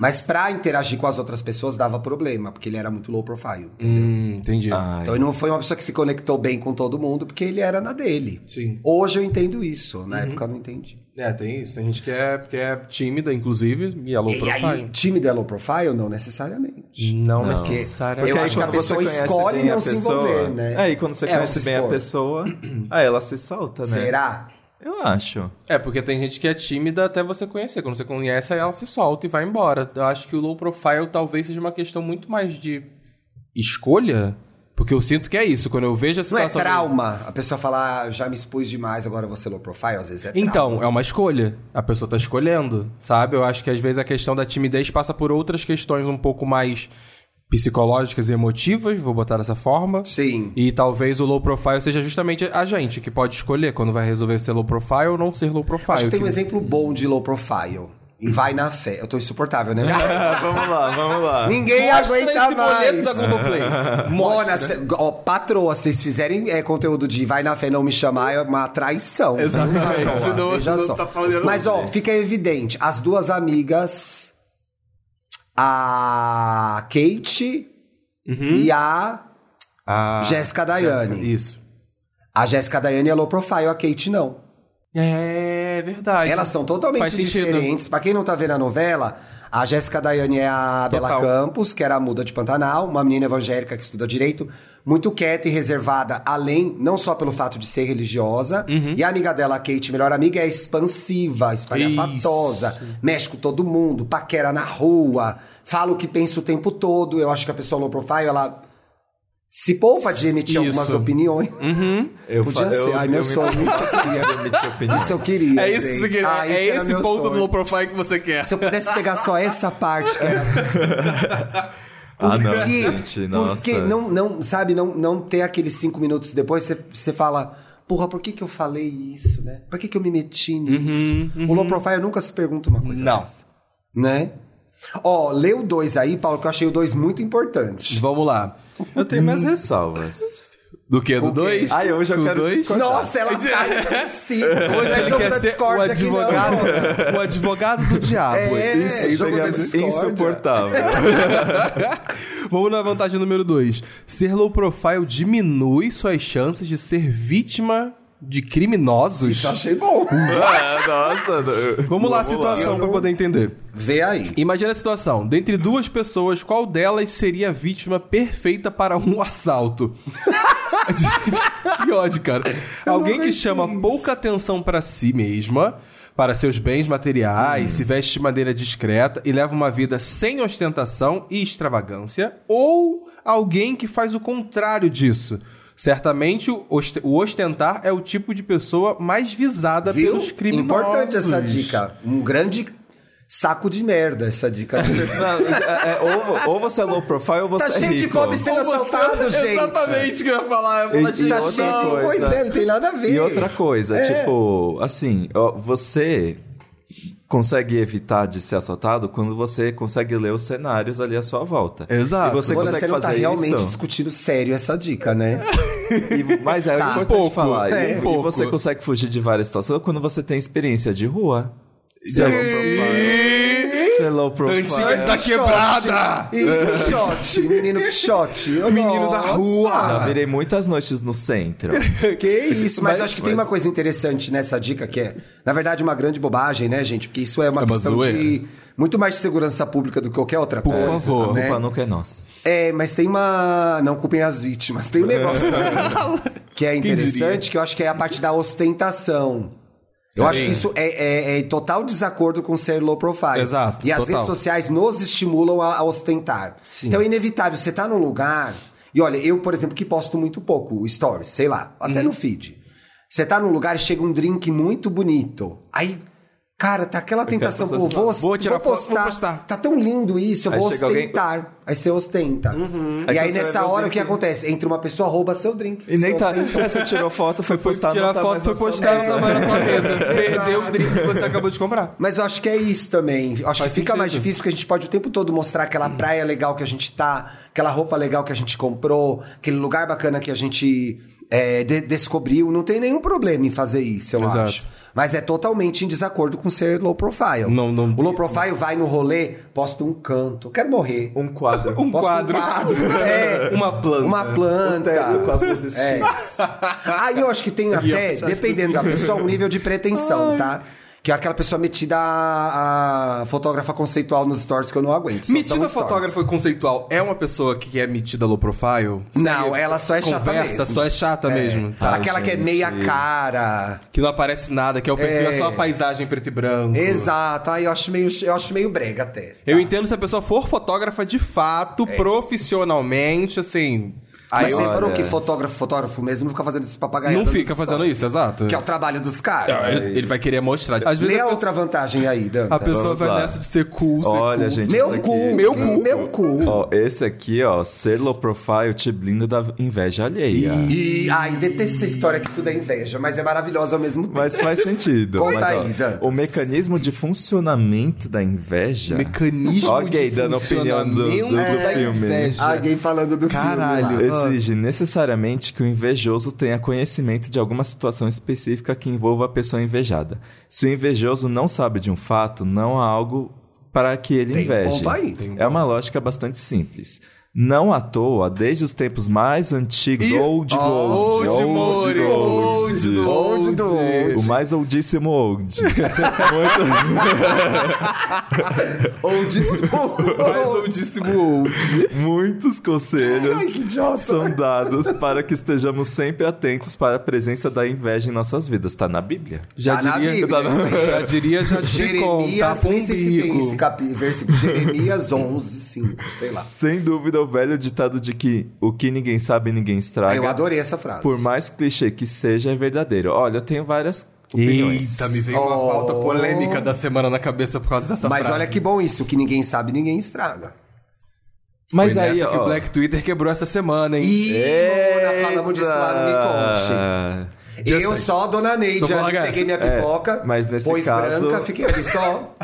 C: Mas pra interagir com as outras pessoas dava problema, porque ele era muito low profile.
B: Hum, entendi.
A: Ai.
C: Então ele não foi uma pessoa que se conectou bem com todo mundo, porque ele era na dele.
B: Sim.
C: Hoje eu entendo isso,
B: Uhum.
C: na época eu não entendi.
B: É, tem isso. Tem gente que é, que é tímida, inclusive, e é low
C: E aí,
B: profile. Hum,
C: tímido é low profile? Não necessariamente.
B: Não,
A: Não.
B: necessariamente.
C: Porque
A: Porque
C: eu
A: aí
C: acho que a
A: quando você
C: pessoa
A: conhece
C: escolhe
A: bem a
C: não se
A: pessoa-
C: envolver, né?
A: É, e quando você
C: É,
A: conhece
C: se
A: bem a
C: expor.
A: pessoa, aí ela se solta, né?
C: Será?
A: Eu acho.
B: É, porque tem gente que é tímida até você conhecer. Quando você conhece, aí ela se solta e vai embora. Eu acho que o low profile talvez seja uma questão muito mais de escolha. Porque eu sinto que é isso. Quando eu vejo a
C: Não é
B: situação.
C: trauma. A pessoa falar, já me expus demais, agora você low profile, às vezes é trauma.
B: Então, é uma escolha. A pessoa tá escolhendo, sabe? Eu acho que às vezes a questão da timidez passa por outras questões um pouco mais psicológicas e emotivas, vou botar dessa forma.
C: Sim.
B: E talvez o low profile seja justamente a gente que pode escolher quando vai resolver ser low profile ou não ser low profile.
C: Acho que tem um
B: Que-
C: exemplo bom de low profile. Em
B: Hum.
C: Vai na Fé. Eu tô insuportável, né?
A: Ah, vamos lá, vamos lá.
C: Ninguém
B: Mostra
C: aguenta
B: esse boleto
C: mais.
B: da Globoplay.
C: Mona, cê- ó, patroa, vocês fizerem é, conteúdo de Vai na Fé não me chamar é uma traição. viu,
B: Exatamente.
C: patroa?
B: Senão-
C: Veja
B: senão
C: só.
B: tá falando-
C: Mas, ó, fica evidente. As duas amigas, a Kate e a
B: Uhum. Ah,
C: Jéssica
B: Jéssica,
C: Daiane.
B: Isso.
C: A Jéssica Daiane é low profile, a Kate não.
B: É verdade.
C: Elas são totalmente
B: Faz sentido.
C: diferentes. Pra quem não tá vendo a novela, a Jéssica Daiane é a
B: Total.
C: Bela Campos, que era a muda de Pantanal, uma menina evangélica que estuda direito, muito quieta e reservada, além, não só pelo fato de ser religiosa.
B: Uhum.
C: E a amiga dela, a Kate, melhor amiga, é expansiva, espalhafatosa, mexe com todo mundo, paquera na rua, fala o que pensa o tempo todo. Eu acho que a pessoa low profile, ela se poupa de emitir
B: Isso.
C: algumas opiniões.
B: Uhum.
A: Eu
C: Podia
A: fa- eu-
C: ser. Ai, meu
A: eu me-
C: sonho, isso eu queria.
A: Emitir opinião.
C: Isso eu queria.
B: É isso que
C: gente.
B: você quer.
C: Ah,
B: é
C: era
B: esse
C: meu
B: ponto do
C: sonho.
B: low profile que você quer.
C: Se eu pudesse pegar só essa parte, cara.
A: Ah, não,
C: Por quê?
A: gente, nossa.
C: Porque não, não, sabe, não, não ter aqueles cinco minutos depois, você- você fala, porra, por que, que eu falei isso, né? Por que, que eu me meti nisso? O low profile nunca se pergunta uma coisa
B: Uhum, Não.
C: dessa. Né? Ó, lê o dois aí, Paulo, que eu achei o dois muito importante.
B: Vamos lá.
A: Eu tenho mais ressalvas.
B: Do que? Do
C: quê?
B: dois?
A: Ai, hoje eu
B: Do
A: quero
B: dois?
A: discordar.
C: Nossa, ela caiu em si.
B: Hoje
C: Não é
B: ele
C: jogo
B: quer
C: da
B: ser o
C: discórdia aqui, não.
B: advogado, o advogado do diabo.
C: É,
A: Isso,
C: jogo
A: seria
C: da discórdia. né?
A: insuportável.
B: Vamos na vantagem número 2. Ser low profile diminui suas chances de ser vítima de criminosos.
C: Isso eu achei bom.
A: Ah, nossa. não-
B: Vamos lá a situação
C: Eu
B: pra
C: não-
B: poder entender.
C: Vê aí.
B: Imagina a situação. Dentre duas pessoas, qual delas seria a vítima perfeita para um assalto? que ódio, cara. Alguém que
C: vejo
B: chama
C: isso.
B: pouca atenção para si mesma, para seus bens materiais, se veste de maneira discreta e leva uma vida sem ostentação e extravagância, ou alguém que faz o contrário disso. Certamente o ost- o ostentar é o tipo de pessoa mais visada
A: Tá
C: Viu?
B: pelos criminosos.
C: Importante essa dica. Um grande saco de merda essa dica.
A: Não, é- é- ou, ou você é low profile ou você
C: tá
A: é
C: cheio de
A: rico.
C: pobre sendo assaltado, gente.
B: Exatamente o que eu ia falar. Eu ia falar,
A: E-
B: gente,
C: Tá
A: outra
C: cheio de
A: coisa.
C: coisa, não tem nada a ver.
A: E outra coisa,
C: É.
A: tipo, assim, ó, você consegue evitar de ser assaltado quando você consegue ler os cenários ali à sua volta.
B: Exato.
A: E você
C: Mona,
A: consegue
C: você não
A: fazer
C: tá realmente
A: isso.
C: discutindo sério essa dica, né?
A: E- mas é
C: Tá.
A: importante
B: Pouco,
A: falar. E-
B: é,
A: e,
B: pouco.
A: você
C: é
A: consegue fugir de várias situações quando você tem experiência de rua.
B: Sim.
A: é Você é low profile.
D: Antigas da quebrada!
C: E Quixote, menino Quixote. Eu,
D: Menino da
C: nossa.
A: Já
D: rua!
A: virei muitas noites no centro.
C: Que isso, mas,
A: Mas-
C: acho que tem uma coisa interessante nessa dica que é, na verdade, uma grande bobagem, né, gente? Porque isso é uma
B: É uma
C: questão
B: zoeira.
C: de muito mais de segurança pública do que qualquer outra
A: Por
C: coisa.
A: favor, a
C: né?
A: culpa nunca é nossa.
C: É, mas tem uma. Não culpem as vítimas. Tem um negócio que é interessante, que eu acho que é a parte da ostentação. Eu acho que isso é, é- é em total desacordo com ser low profile.
B: Exato,
C: E as
B: total.
C: redes sociais nos estimulam a, a ostentar. Então é inevitável, você tá num lugar. E olha, eu, por exemplo, que posto muito pouco stories, sei lá, até
B: Uhum.
C: no feed. Você tá num lugar e chega um drink muito bonito. Aí, cara, tá aquela tentação, pô,
A: pessoas
C: vou,
B: falam, assim, "Vou
C: ost-
B: tirar
C: vou,
B: foto,
C: postar,
B: vou postar."
C: Tá tão lindo isso, eu
A: Aí
C: vou
A: chega alguém- Uhum.
C: ostentar ostentar. Aí você ostenta.
A: Aí
C: E aí,
A: quando você vai
C: nessa
A: ver o
C: hora, o que
A: drink-
C: acontece? Entra uma pessoa, rouba seu drink.
A: E nem
C: Você
A: tá.
C: ostenta.
A: Você tirou foto, foi postar
B: Tirar
A: não tá
B: foto
A: mais
B: foi
A: na sua
B: postar
A: mesa.
B: na sua mesa. Perdeu o drink que você acabou de comprar.
C: Mas eu acho que é isso também. Eu Acho que fica mais difícil porque a gente pode o tempo todo mostrar aquela
A: Hum.
C: praia legal que a gente tá, aquela roupa legal que a gente comprou, aquele lugar bacana que a gente é, de- descobriu. Não tem nenhum problema em fazer isso, eu
B: Exato.
C: acho. Mas é totalmente em desacordo com ser low profile.
B: Não, não-
C: o low profile vai no rolê, posta um canto. Quero morrer.
A: Um quadro.
B: Um
C: Posta
B: quadro.
C: Um quadro. É.
B: Uma planta.
C: Uma planta.
A: Um teto com as luzes
C: É.
A: chiques.
C: Aí eu acho que tem até, dependendo da pessoa, um nível de pretensão, tá? Que é aquela pessoa metida a, a fotógrafa conceitual nos stories que eu não aguento. Só são
B: Metida
C: stories.
B: fotógrafa conceitual é uma pessoa que é metida low profile?
C: Não,
B: Sério?
C: ela só é chata
B: Conversa,
C: mesmo.
B: só é chata mesmo. Tá.
C: aquela que é meia cara.
B: Que não aparece nada, que é o perfil, é,
C: É.
B: só a paisagem preto e branco.
C: Exato. Aí eu acho meio, eu acho meio brega até.
B: Eu entendo se a pessoa for fotógrafa de fato, profissionalmente, assim. Aí
C: Mas
B: eu-
C: você
A: olha.
C: reparou que fotógrafo, fotógrafo mesmo, não fica fazendo esses papagaios.
B: não fica fazendo isso, exato.
C: Que é o trabalho dos
B: Ah,
C: caras.
B: Ele ele vai querer mostrar. Às vezes
C: Lê a
B: a pessoa,
C: outra vantagem aí, Danta.
B: a pessoa
A: Vamos
B: vai
A: lá.
B: nessa de ser cool, ser
A: Olha,
B: cool.
A: gente,
C: Meu
A: esse aqui-
B: é
C: cu, meu cu, meu cu.
A: Ó, esse aqui, ó, ser low profile te blinda da inveja alheia.
C: E, ai, detesto essa história que tudo é inveja, mas é maravilhosa ao mesmo tempo.
A: Mas faz sentido.
C: Conta
A: Mas, ó,
C: aí, Dantas.
A: o mecanismo de funcionamento da inveja.
B: Mecanismo
A: Ó,
B: de
A: gay dando opinião do, do, do
B: funcionamento da
A: filme.
B: inveja.
C: Alguém falando do
B: é. Caralho.
C: filme lá.
A: Exige necessariamente que o invejoso tenha conhecimento de alguma situação específica que envolva a pessoa invejada. Se o invejoso não sabe de um fato, não há algo para que ele
C: Tem
A: inveje.
C: ponto aí.
A: É uma lógica bastante simples. Não à toa, desde os tempos mais antigos,
B: Ih,
A: old gold,
B: Old Mori, old do
C: Old do
B: old.
A: o mais oldíssimo old.
C: Ou desculpa.
B: Mais oldíssimo old.
A: Muitos conselhos
C: Ai, que idiota.
A: são dados para que estejamos sempre atentos para a presença da inveja em nossas vidas. Tá na Bíblia.
B: Já
C: Tá na
B: diria,
C: Bíblia isso aí.
B: já diria, já te contar
C: Jeremias,
B: com um
C: nem sei se tem esse
B: bico.
C: capi, versículo. Jeremias 11, 5, sei lá.
A: Sem dúvida, o velho ditado de que o que ninguém sabe, ninguém estraga.
C: Eu adorei essa frase.
A: Por mais clichê que seja, é verdadeiro. Olha, eu tenho várias opiniões.
B: Eita, me veio uma
C: Oh.
B: pauta polêmica da semana na cabeça por causa dessa
C: Mas
B: frase.
C: olha que bom isso, que ninguém sabe, ninguém estraga.
A: Mas
B: Foi
A: aí,
B: nessa que
A: ó.
B: o Black Twitter quebrou essa semana, hein? É,
C: Ih, Mona, falamos disso lá no Me Conte.
A: Conte.
C: Eu só, dona
B: Só
C: Neide,
B: vou
C: ali,
B: largar
C: peguei minha
A: essa. É,
C: pipoca,
A: mas nesse
C: pôs
A: caso-
C: branca, fiquei ali só,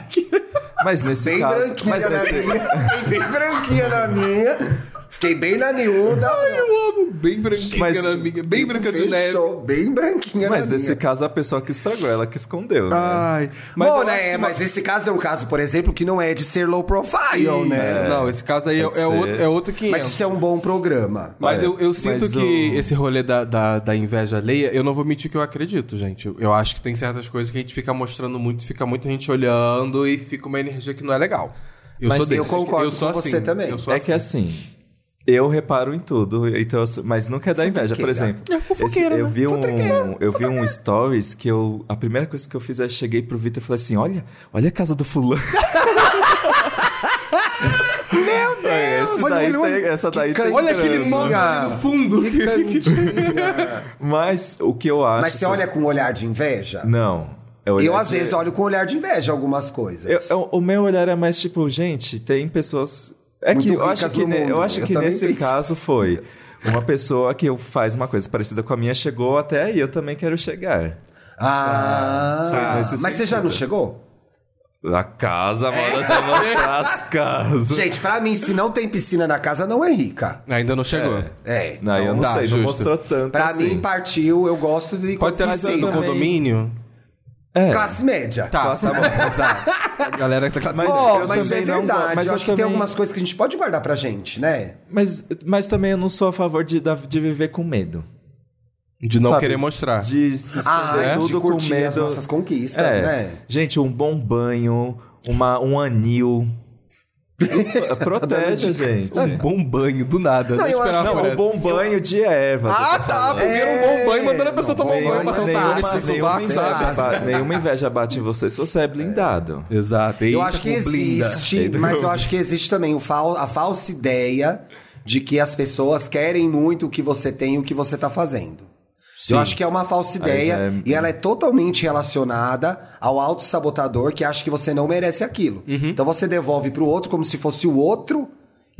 A: Mas nesse
C: bem
A: caso... mas
C: branquinha na
A: nesse-
C: minha, fiquei bem branquinha na minha, fiquei bem na miúda,
B: Eu amo, bem branquinha
A: Mas-
B: na minha, bem branca de neve.
C: fechou, bem branquinha
A: Mas
C: na
A: nesse
C: minha.
A: caso, a pessoa que estragou, ela que escondeu, né?
C: Ah,
B: Ai,
C: Mas Bom,
B: eu acho
C: né?
B: que uma-
C: Mas esse caso é um caso, por exemplo, que não é de ser low profile, né?
B: Não, esse caso aí é,
A: Pode
B: é
A: ser.
B: outro, é outro 500.
C: Mas
B: Mas,
C: isso é um bom programa.
A: É,
B: eu, eu sinto
A: mas
B: que
A: o-
B: esse rolê da, da, da inveja alheia, eu não vou mentir que eu acredito, gente. Eu, eu acho que tem certas coisas que a gente fica mostrando muito, fica muita gente olhando e fica uma energia que não é legal. Eu
A: Mas
B: sou
A: eu
B: desses.
C: concordo
B: eu sou
C: com
B: assim.
C: você também.
B: Eu sou
A: É
B: assim.
A: que assim, eu reparo em tudo, então, eu sou- mas nunca é da inveja, por exemplo.
B: É fofoqueira,
A: eu
B: né?
A: vi um, eu vi um stories que eu a primeira coisa que eu fiz é cheguei pro Vitor e falei assim: "Olha, olha a casa do fulano". Meu Deus. esse
C: Olha,
A: daí
C: olha, olha,
A: tem- essa
C: que
A: daí tem
C: cantinho.
B: Olha aquele
A: grana.
B: móvel ali no fundo.
A: Mas o que eu acho
C: Mas você olha com um olhar de inveja?
A: Não. é olhar
C: eu, às
A: de-
C: vezes, olho com um olhar de inveja algumas coisas.
A: Eu- eu- o meu olhar é mais tipo, gente, tem pessoas. É
C: Muito
A: que eu
C: ricas
A: acho que,
C: no
A: ne- eu
C: mundo.
A: acho
C: Eu
A: que
C: também
A: nesse
C: penso.
A: caso foi uma pessoa que faz uma coisa parecida com a minha, chegou até aí, eu também quero chegar.
C: Ah,
A: Tá. Nesse
C: mas você
A: sentido.
C: já não chegou?
A: A casa, moda se mostrar as casas.
C: É. Gente, pra mim, se não tem piscina na casa, não é rica.
B: Ainda não chegou.
A: É.
C: É.
A: Não, eu não
B: tá,
A: sei,
B: justo.
A: não mostrou tanto.
C: Pra
A: assim.
C: mim, partiu, eu gosto de
B: Pode ser
C: com
B: a
A: Mas eu
B: do
A: também-
B: condomínio?
A: É.
C: Classe média.
B: Tá,
A: Classe-
B: tá bom, exato. A galera que tá
A: Mas
B: classificada.
C: Ó,
A: eu
C: mas é
A: também não
C: verdade.
A: go- mas
C: eu
A: eu
C: acho que tem
A: também-
C: algumas coisas que a gente pode guardar pra gente, né?
A: Mas, mas também eu não sou a favor de, da- de viver com medo.
B: De não
A: Sabe?
B: querer mostrar.
A: é. De esconder
C: Ah, de
A: tudo com
C: curtir
A: medo.
C: as nossas conquistas,
A: É.
C: né?
A: Gente, um bom banho, uma, um anil. Isso pro- protege, gente.
B: Um bom banho, do nada. né?
C: Não, eu
B: esperava
C: acho é
B: por
A: Não, um bom
B: essa.
A: banho de erva.
B: Ah, tá. Primeiro um bom banho, mandando a pessoa
C: Não,
B: tomar um
C: nenhuma-
B: banho, passar um sabão,
A: nenhuma,
B: esse
A: nenhuma,
B: sovaco,
A: inveja
B: sabe?
A: ba- nenhuma inveja bate em você se você é blindado.
B: Exato.
C: Eu
B: Eita,
C: acho que
B: com blinda.
C: existe, mas eu acho que existe também o fal- a falsa ideia de que as pessoas querem muito o que você tem e o que você tá fazendo. Eu acho que é uma falsa ideia
A: já é-
C: e ela é totalmente relacionada ao autossabotador que acha que você não merece aquilo.
A: Uhum.
C: Então você devolve pro outro como se fosse o outro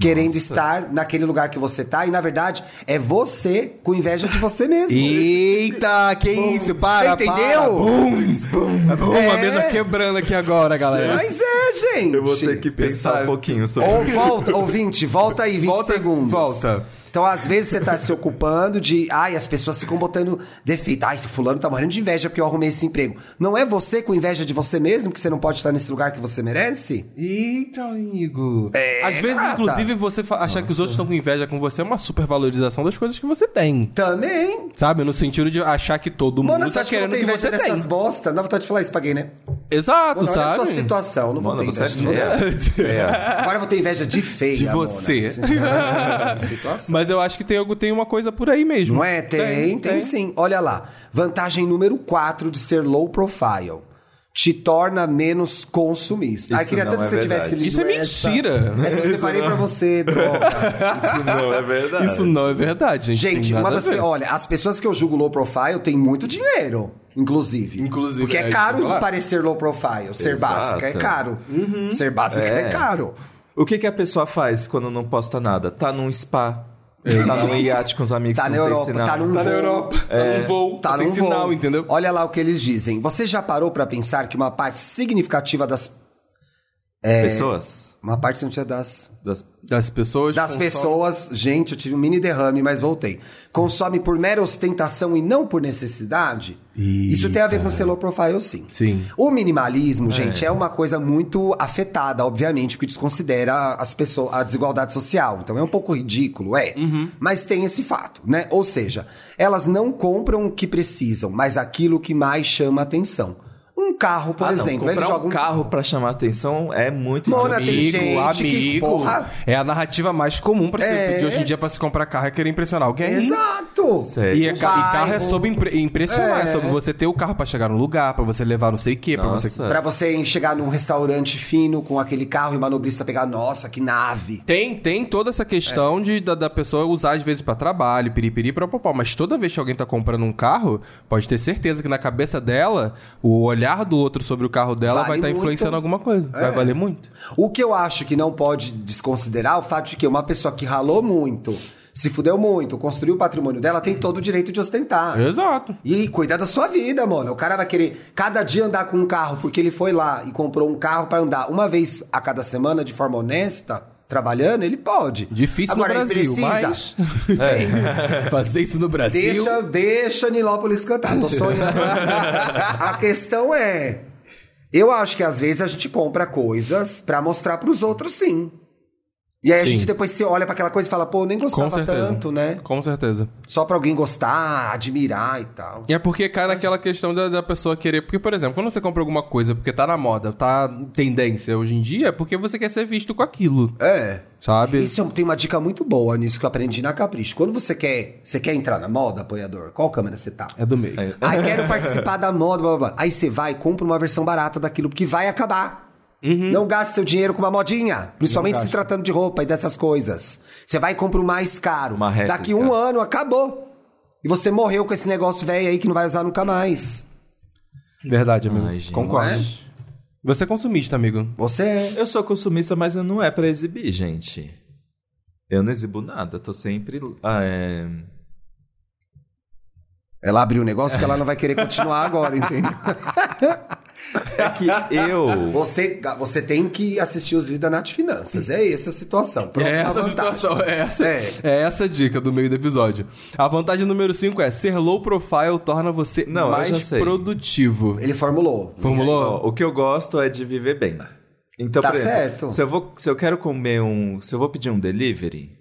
C: querendo estar naquele lugar que você tá e na verdade é você com inveja de você mesmo.
B: Eita, que isso, para,
C: Você entendeu?
B: para. Booms, boom, boom,
C: É.
B: a mesa quebrando aqui agora, galera.
C: Mas é, gente.
A: Eu vou ter que pensar
B: Pensar-
A: um pouquinho sobre
C: Ou volta, ouvinte, volta aí 20
B: Volta,
C: segundos.
B: volta.
C: Então, às vezes, você tá se ocupando de. Ai, as pessoas ficam botando defeito. Ai, esse fulano tá morrendo de inveja porque eu arrumei esse emprego. Não é você com inveja de você mesmo que você não pode estar nesse lugar que você merece?
B: Eita, amigo. Às vezes,
C: gata.
B: inclusive, você fa- achar que os outros estão com inveja com você é uma supervalorização das coisas que você tem.
C: Também.
B: Sabe? No sentido de achar que todo mundo
C: Mano, você
B: tá
C: acha que eu não
B: querendo
C: tenho
B: que,
C: inveja
B: você tem.
C: dessas bosta? Dá vontade de falar isso pra gay, né?
B: Exato,
C: Mano, olha a
B: sabe?
C: sua situação, não vou
A: Mano,
C: ter
A: você
C: inveja
A: é
C: de você.
A: feia. feia.
C: Agora eu vou ter inveja de feia.
B: De
C: Mona.
B: você.
C: Sinceramente, né? situação.
B: Mas eu acho que tem, algo- tem uma coisa por aí mesmo.
C: Não é? Tem, tem, sim. Olha lá. Vantagem número 4 de ser low profile. Te torna menos consumista. Ai,
A: Isso
C: queria
A: não
C: tanto
A: é
C: que você
A: verdade.
C: tivesse lido
B: Isso é
C: essa.
B: mentira.
C: Essa eu separei pra você, droga.
A: Isso não é verdade.
B: Isso não é verdade, gente.
C: Gente,
B: Tem nada
C: uma
B: a
C: das.
B: ver.
C: pe- Olha, as pessoas que eu julgo low profile têm muito dinheiro, inclusive.
B: Inclusive,
C: Porque
B: é
C: é
B: isso que eu
C: caro
B: ia falar. Uhum.
C: parecer low profile. Ser
A: Exato.
C: básica é caro. Ser básica é,
A: É.
C: caro.
A: O que, que a pessoa faz quando não posta nada? Tá num spa, tá num iate com os amigos
C: Tá
A: que
C: na
A: não tem
C: Europa,
A: sinal.
C: tá num
B: Tá na
C: voo.
B: Europa, tá num voo,
C: Tá
B: sem
C: num
B: sinal,
C: voo.
B: entendeu?
C: Olha lá o que eles dizem. Você já parou pra pensar que uma parte significativa das É.
A: Pessoas?
C: Uma parte não tinha das.
A: Das...
B: Das pessoas.
C: Das
B: consomem-
C: pessoas, gente, eu tive um mini derrame, mas voltei. Consome por mera ostentação e não por necessidade? Isso tem a ver com ser low profile, sim.
B: Sim.
C: O minimalismo, gente, é uma coisa muito afetada, obviamente, porque desconsidera as pessoas, a desigualdade social. Então é um pouco ridículo, é.
A: Uhum.
C: Mas tem esse fato, né? Ou seja, elas não compram o que precisam, mas aquilo que mais chama atenção. Um carro, por
A: ah, não.
C: exemplo.
A: Comprar
C: Ele joga
A: um carro pra chamar atenção é muito
C: Mona,
A: difícil.
C: tem gente
B: Amigo,
C: que,
B: amigo.
C: porra-
B: É a narrativa mais comum pra se
C: É.
B: pedir hoje em dia pra se comprar carro é querer impressionar alguém.
C: Exato!
A: Sério.
B: E, é ca- e
C: Vai,
B: carro é
C: o-
B: sobre impre- impressionar,
C: É.
B: é sobre você ter o carro pra chegar no lugar, pra você levar não sei o quê, pra
A: Nossa.
B: você.
C: Pra você chegar num restaurante fino com aquele carro e o manobrista pegar, nossa, que nave.
B: Tem, tem toda essa
C: É.
B: questão de, da, da pessoa usar às vezes pra trabalho, piripiri, papapá. Mas toda vez que alguém tá comprando um carro, pode ter certeza que na cabeça dela, o olhar do outro sobre o carro dela
C: Vale
B: vai estar
C: muito. É.
B: influenciando alguma coisa. Vai valer muito.
C: O que eu acho que não pode desconsiderar é o fato de que uma pessoa que ralou muito, se fudeu muito, construiu o patrimônio dela, tem todo o direito de
B: É.
C: ostentar.
B: Exato.
C: E cuidar da sua vida, mano. O cara vai querer cada dia andar com um carro porque ele foi lá e comprou um carro pra andar uma vez a cada semana de forma honesta, trabalhando, ele pode.
B: Difícil
C: Agora,
B: no
C: ele
B: Brasil,
C: precisa. É.
B: mas. Fazer isso no Brasil.
C: Deixa, deixa Nilópolis cantar, tô sonhando. a questão é, eu acho que às vezes a gente compra coisas pra mostrar pros outros sim. E aí a
B: Sim.
C: gente depois se olha pra aquela coisa e fala, pô, eu nem
B: Com
C: gostava
B: certeza.
C: tanto, né?
B: Com certeza.
C: Só pra alguém gostar, admirar e tal.
B: E é porque cai naquela questão da, da pessoa querer. Porque, por exemplo, quando você compra alguma coisa porque tá na moda, tá em tendência hoje em dia, é porque você quer ser visto com aquilo.
C: É.
B: Sabe?
C: Isso é um- tem uma dica muito boa nisso que eu aprendi na Capricho. Quando você quer, você quer entrar na moda, apoiador? Qual câmera você tá?
B: É do meio.
A: É.
C: Aí quero participar da moda, blá blá blá. Aí você vai e compra uma versão barata daquilo, porque vai acabar. Não gaste seu dinheiro com uma modinha, principalmente se tratando de roupa e dessas coisas. Você vai e compra o mais caro.
A: Uma réplica.
C: Daqui um ano acabou. E você morreu com esse negócio velho aí que não vai usar nunca mais.
B: Verdade, amigo.
A: Ai, gente.
B: Concordo.
C: Não é?
B: Você é consumista, amigo.
C: Você é.
A: Eu sou consumista, mas não é pra exibir, gente. Eu não exibo nada, tô sempre. Ah, é...
C: Ela abriu um negócio que ela não vai querer continuar agora, entendeu?
A: É que eu.
C: Você, você tem que assistir os vídeos da Nath Finanças. É essa a situação.
B: É
C: Próxima
B: essa a
C: vantagem.
B: situação, é essa,
C: É.
B: é essa a dica do meio do episódio. A vantagem número 5 é ser low profile torna você
A: Não, eu já
B: mais
A: sei.
B: produtivo.
C: Ele formulou.
B: Formulou?
A: Ó, o que eu gosto é de viver bem. Então,
C: Tá
A: por exemplo,
C: certo.
A: Se eu, vou, se eu quero comer um. Se eu vou pedir um delivery,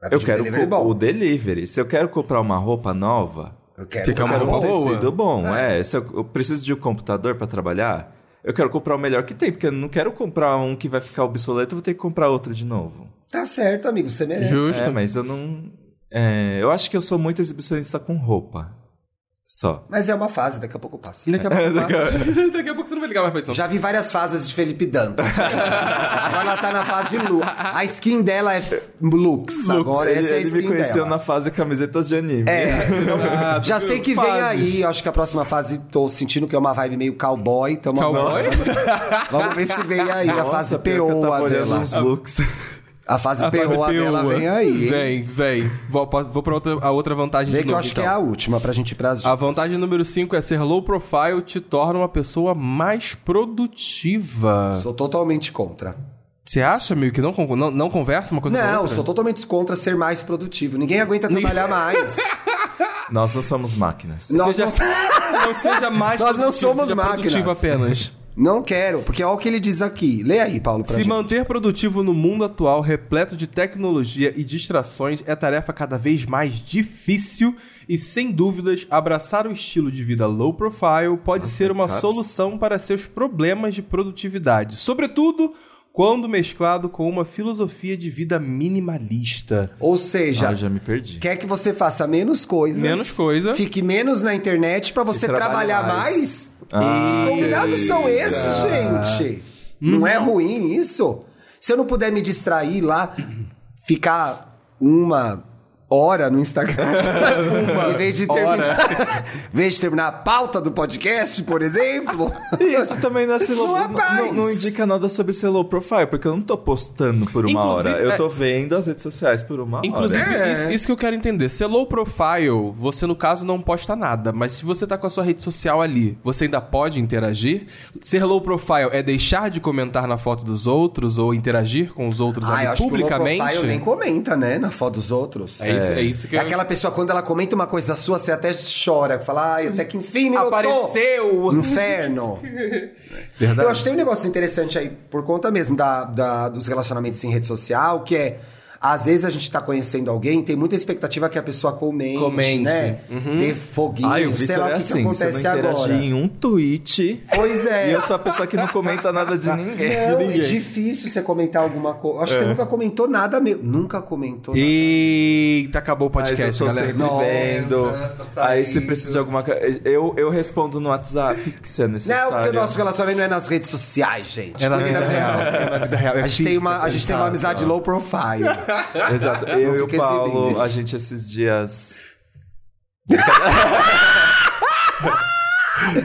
C: Vai
A: eu
C: pedir
A: quero
C: Tá delivery
A: co-
C: bom.
A: o delivery. Se eu quero comprar uma roupa nova,
C: Eu quero.
B: Você quer uma
A: eu quero
B: roupa
A: um
B: boa?
A: tecido bom. É. se eu, eu preciso de um computador pra trabalhar, eu quero comprar o melhor que tem, porque eu não quero comprar um que vai ficar obsoleto, eu vou ter que comprar outro de novo.
C: Tá certo, amigo. Você merece.
B: Justo.
A: É, mas eu não. é, eu acho que eu sou muito exibicionista com roupa. Só.
C: Mas é uma fase, daqui a pouco passa.
B: Daqui a pouco, passa. Daqui a pouco você não vai ligar mais pra isso.
C: Já vi várias fases de Felipe Dantas. agora ela tá na fase Lu. A skin dela é f- Lux. Agora
A: ele,
C: essa é a
A: ele
C: skin
A: me conheceu
C: dela. É,
A: na fase camisetas de anime.
B: Ah,
C: Já
B: tu
C: sei
B: viu?
C: que vem
B: Fases.
C: aí, acho que a próxima fase tô sentindo que é uma vibe meio cowboy. Então
B: Cowboy?
C: Vamos, vamos ver se vem aí a fase
A: Nossa, pior que eu tava
C: peoa
A: olhando
C: dela.
A: uns looks.
C: A fase peoa
B: Fábio
C: dela
B: Peoa.
C: vem aí. hein?
B: Vem, vem. Vou, posso- vou pra outra, a outra vantagem
C: Vê
B: de
C: que eu
B: novo,
C: acho
B: então.
C: que é a última pra gente ir pras
B: A vantagem número 5 é ser low profile te torna uma pessoa mais produtiva.
C: Sou totalmente contra.
B: Você acha, meio que não, con- não, não conversa uma coisa com a
C: Não,
B: outra?
C: sou totalmente contra ser mais produtivo. Ninguém aguenta trabalhar mais.
A: Nós não somos máquinas.
C: Nós
B: Seja-
C: não,
B: não seja mais
C: Nós não
B: produtivo,
C: somos
B: seja produtivo
C: máquinas.
B: apenas.
C: não quero, porque olha o que ele diz aqui. Lê aí, Paulo, pra
B: Se
C: gente.
B: manter produtivo no mundo atual, repleto de tecnologia e distrações, é tarefa cada vez mais difícil e, sem dúvidas, abraçar o estilo de vida low profile pode ser uma
A: caps.
B: solução para seus problemas de produtividade, sobretudo quando mesclado com uma filosofia de vida minimalista.
C: Ou
A: Ah,
C: seja,
A: eu já me perdi.
C: quer que você faça menos coisas.
B: Menos coisa.
C: Fique menos na internet pra você
A: E trabalhe
C: trabalhar mais.
A: mais.
C: E
A: Ah,
C: combinados são esses, gente. Não é ruim isso? Se eu não puder me distrair lá, ficar uma hora no Instagram, em vez de terminar, em vez de terminar a pauta do podcast, por exemplo.
A: Isso também não é ser low,
C: Não é
A: não,
C: mais.
A: não, não indica nada sobre ser low profile, porque eu não tô postando por uma
B: Inclusive,
A: hora.
B: é-
A: Eu tô vendo as redes sociais por uma
B: Inclusive,
A: hora.
B: isso, isso que eu quero entender. Se é low profile, você no caso não posta nada, mas se você tá com a sua rede social ali, você ainda pode interagir? Ser low profile é deixar de comentar na foto dos outros ou interagir com os outros
C: Ah, eu
B: ali
C: acho que o low
B: publicamente?
C: profile nem comenta, né, na foto dos outros.
B: é, isso, é isso que
C: É Aquela pessoa, quando ela comenta uma coisa sua, você até chora. Fala, ai, até que enfim me
B: eu...
C: notou."
B: Apareceu!
C: Inferno. Eu acho que tem um negócio interessante aí, por conta mesmo da, da- dos relacionamentos em rede social, que é. Às vezes a gente tá conhecendo alguém, tem muita expectativa que a pessoa comente,
B: Comente.
C: né? Dê foguinho,
A: Ai, o
C: sei
A: Victor
C: lá
A: é
C: o que,
A: assim,
C: que
A: se eu não
C: acontece
A: interagir
C: agora.
A: em um tweet...
C: Pois é.
A: E eu sou a pessoa que não comenta nada de ninguém.
C: Não,
A: de
C: é
A: ninguém.
C: difícil você comentar alguma coisa. Acho que você nunca comentou nada mesmo. Nunca comentou nada.
B: Eita, acabou o
A: Mas eu
B: podcast,
A: tô
B: galera.
A: sempre
C: Nossa,
A: vendo.
C: tá
A: Aí se
C: saindo.
A: precisa de alguma coisa. Eu, eu respondo no WhatsApp que se é necessário.
C: Não, porque o nosso relacionamento não é nas redes sociais, gente.
B: É na vida
C: Porque
B: real.
C: nossa,
B: É na vida real. é
C: A gente tem
B: física,
C: uma, a gente tem uma amizade low profile.
A: Exato. Eu
C: Não
A: e o
C: fica
A: Paulo,
C: exibindo.
A: a gente esses dias.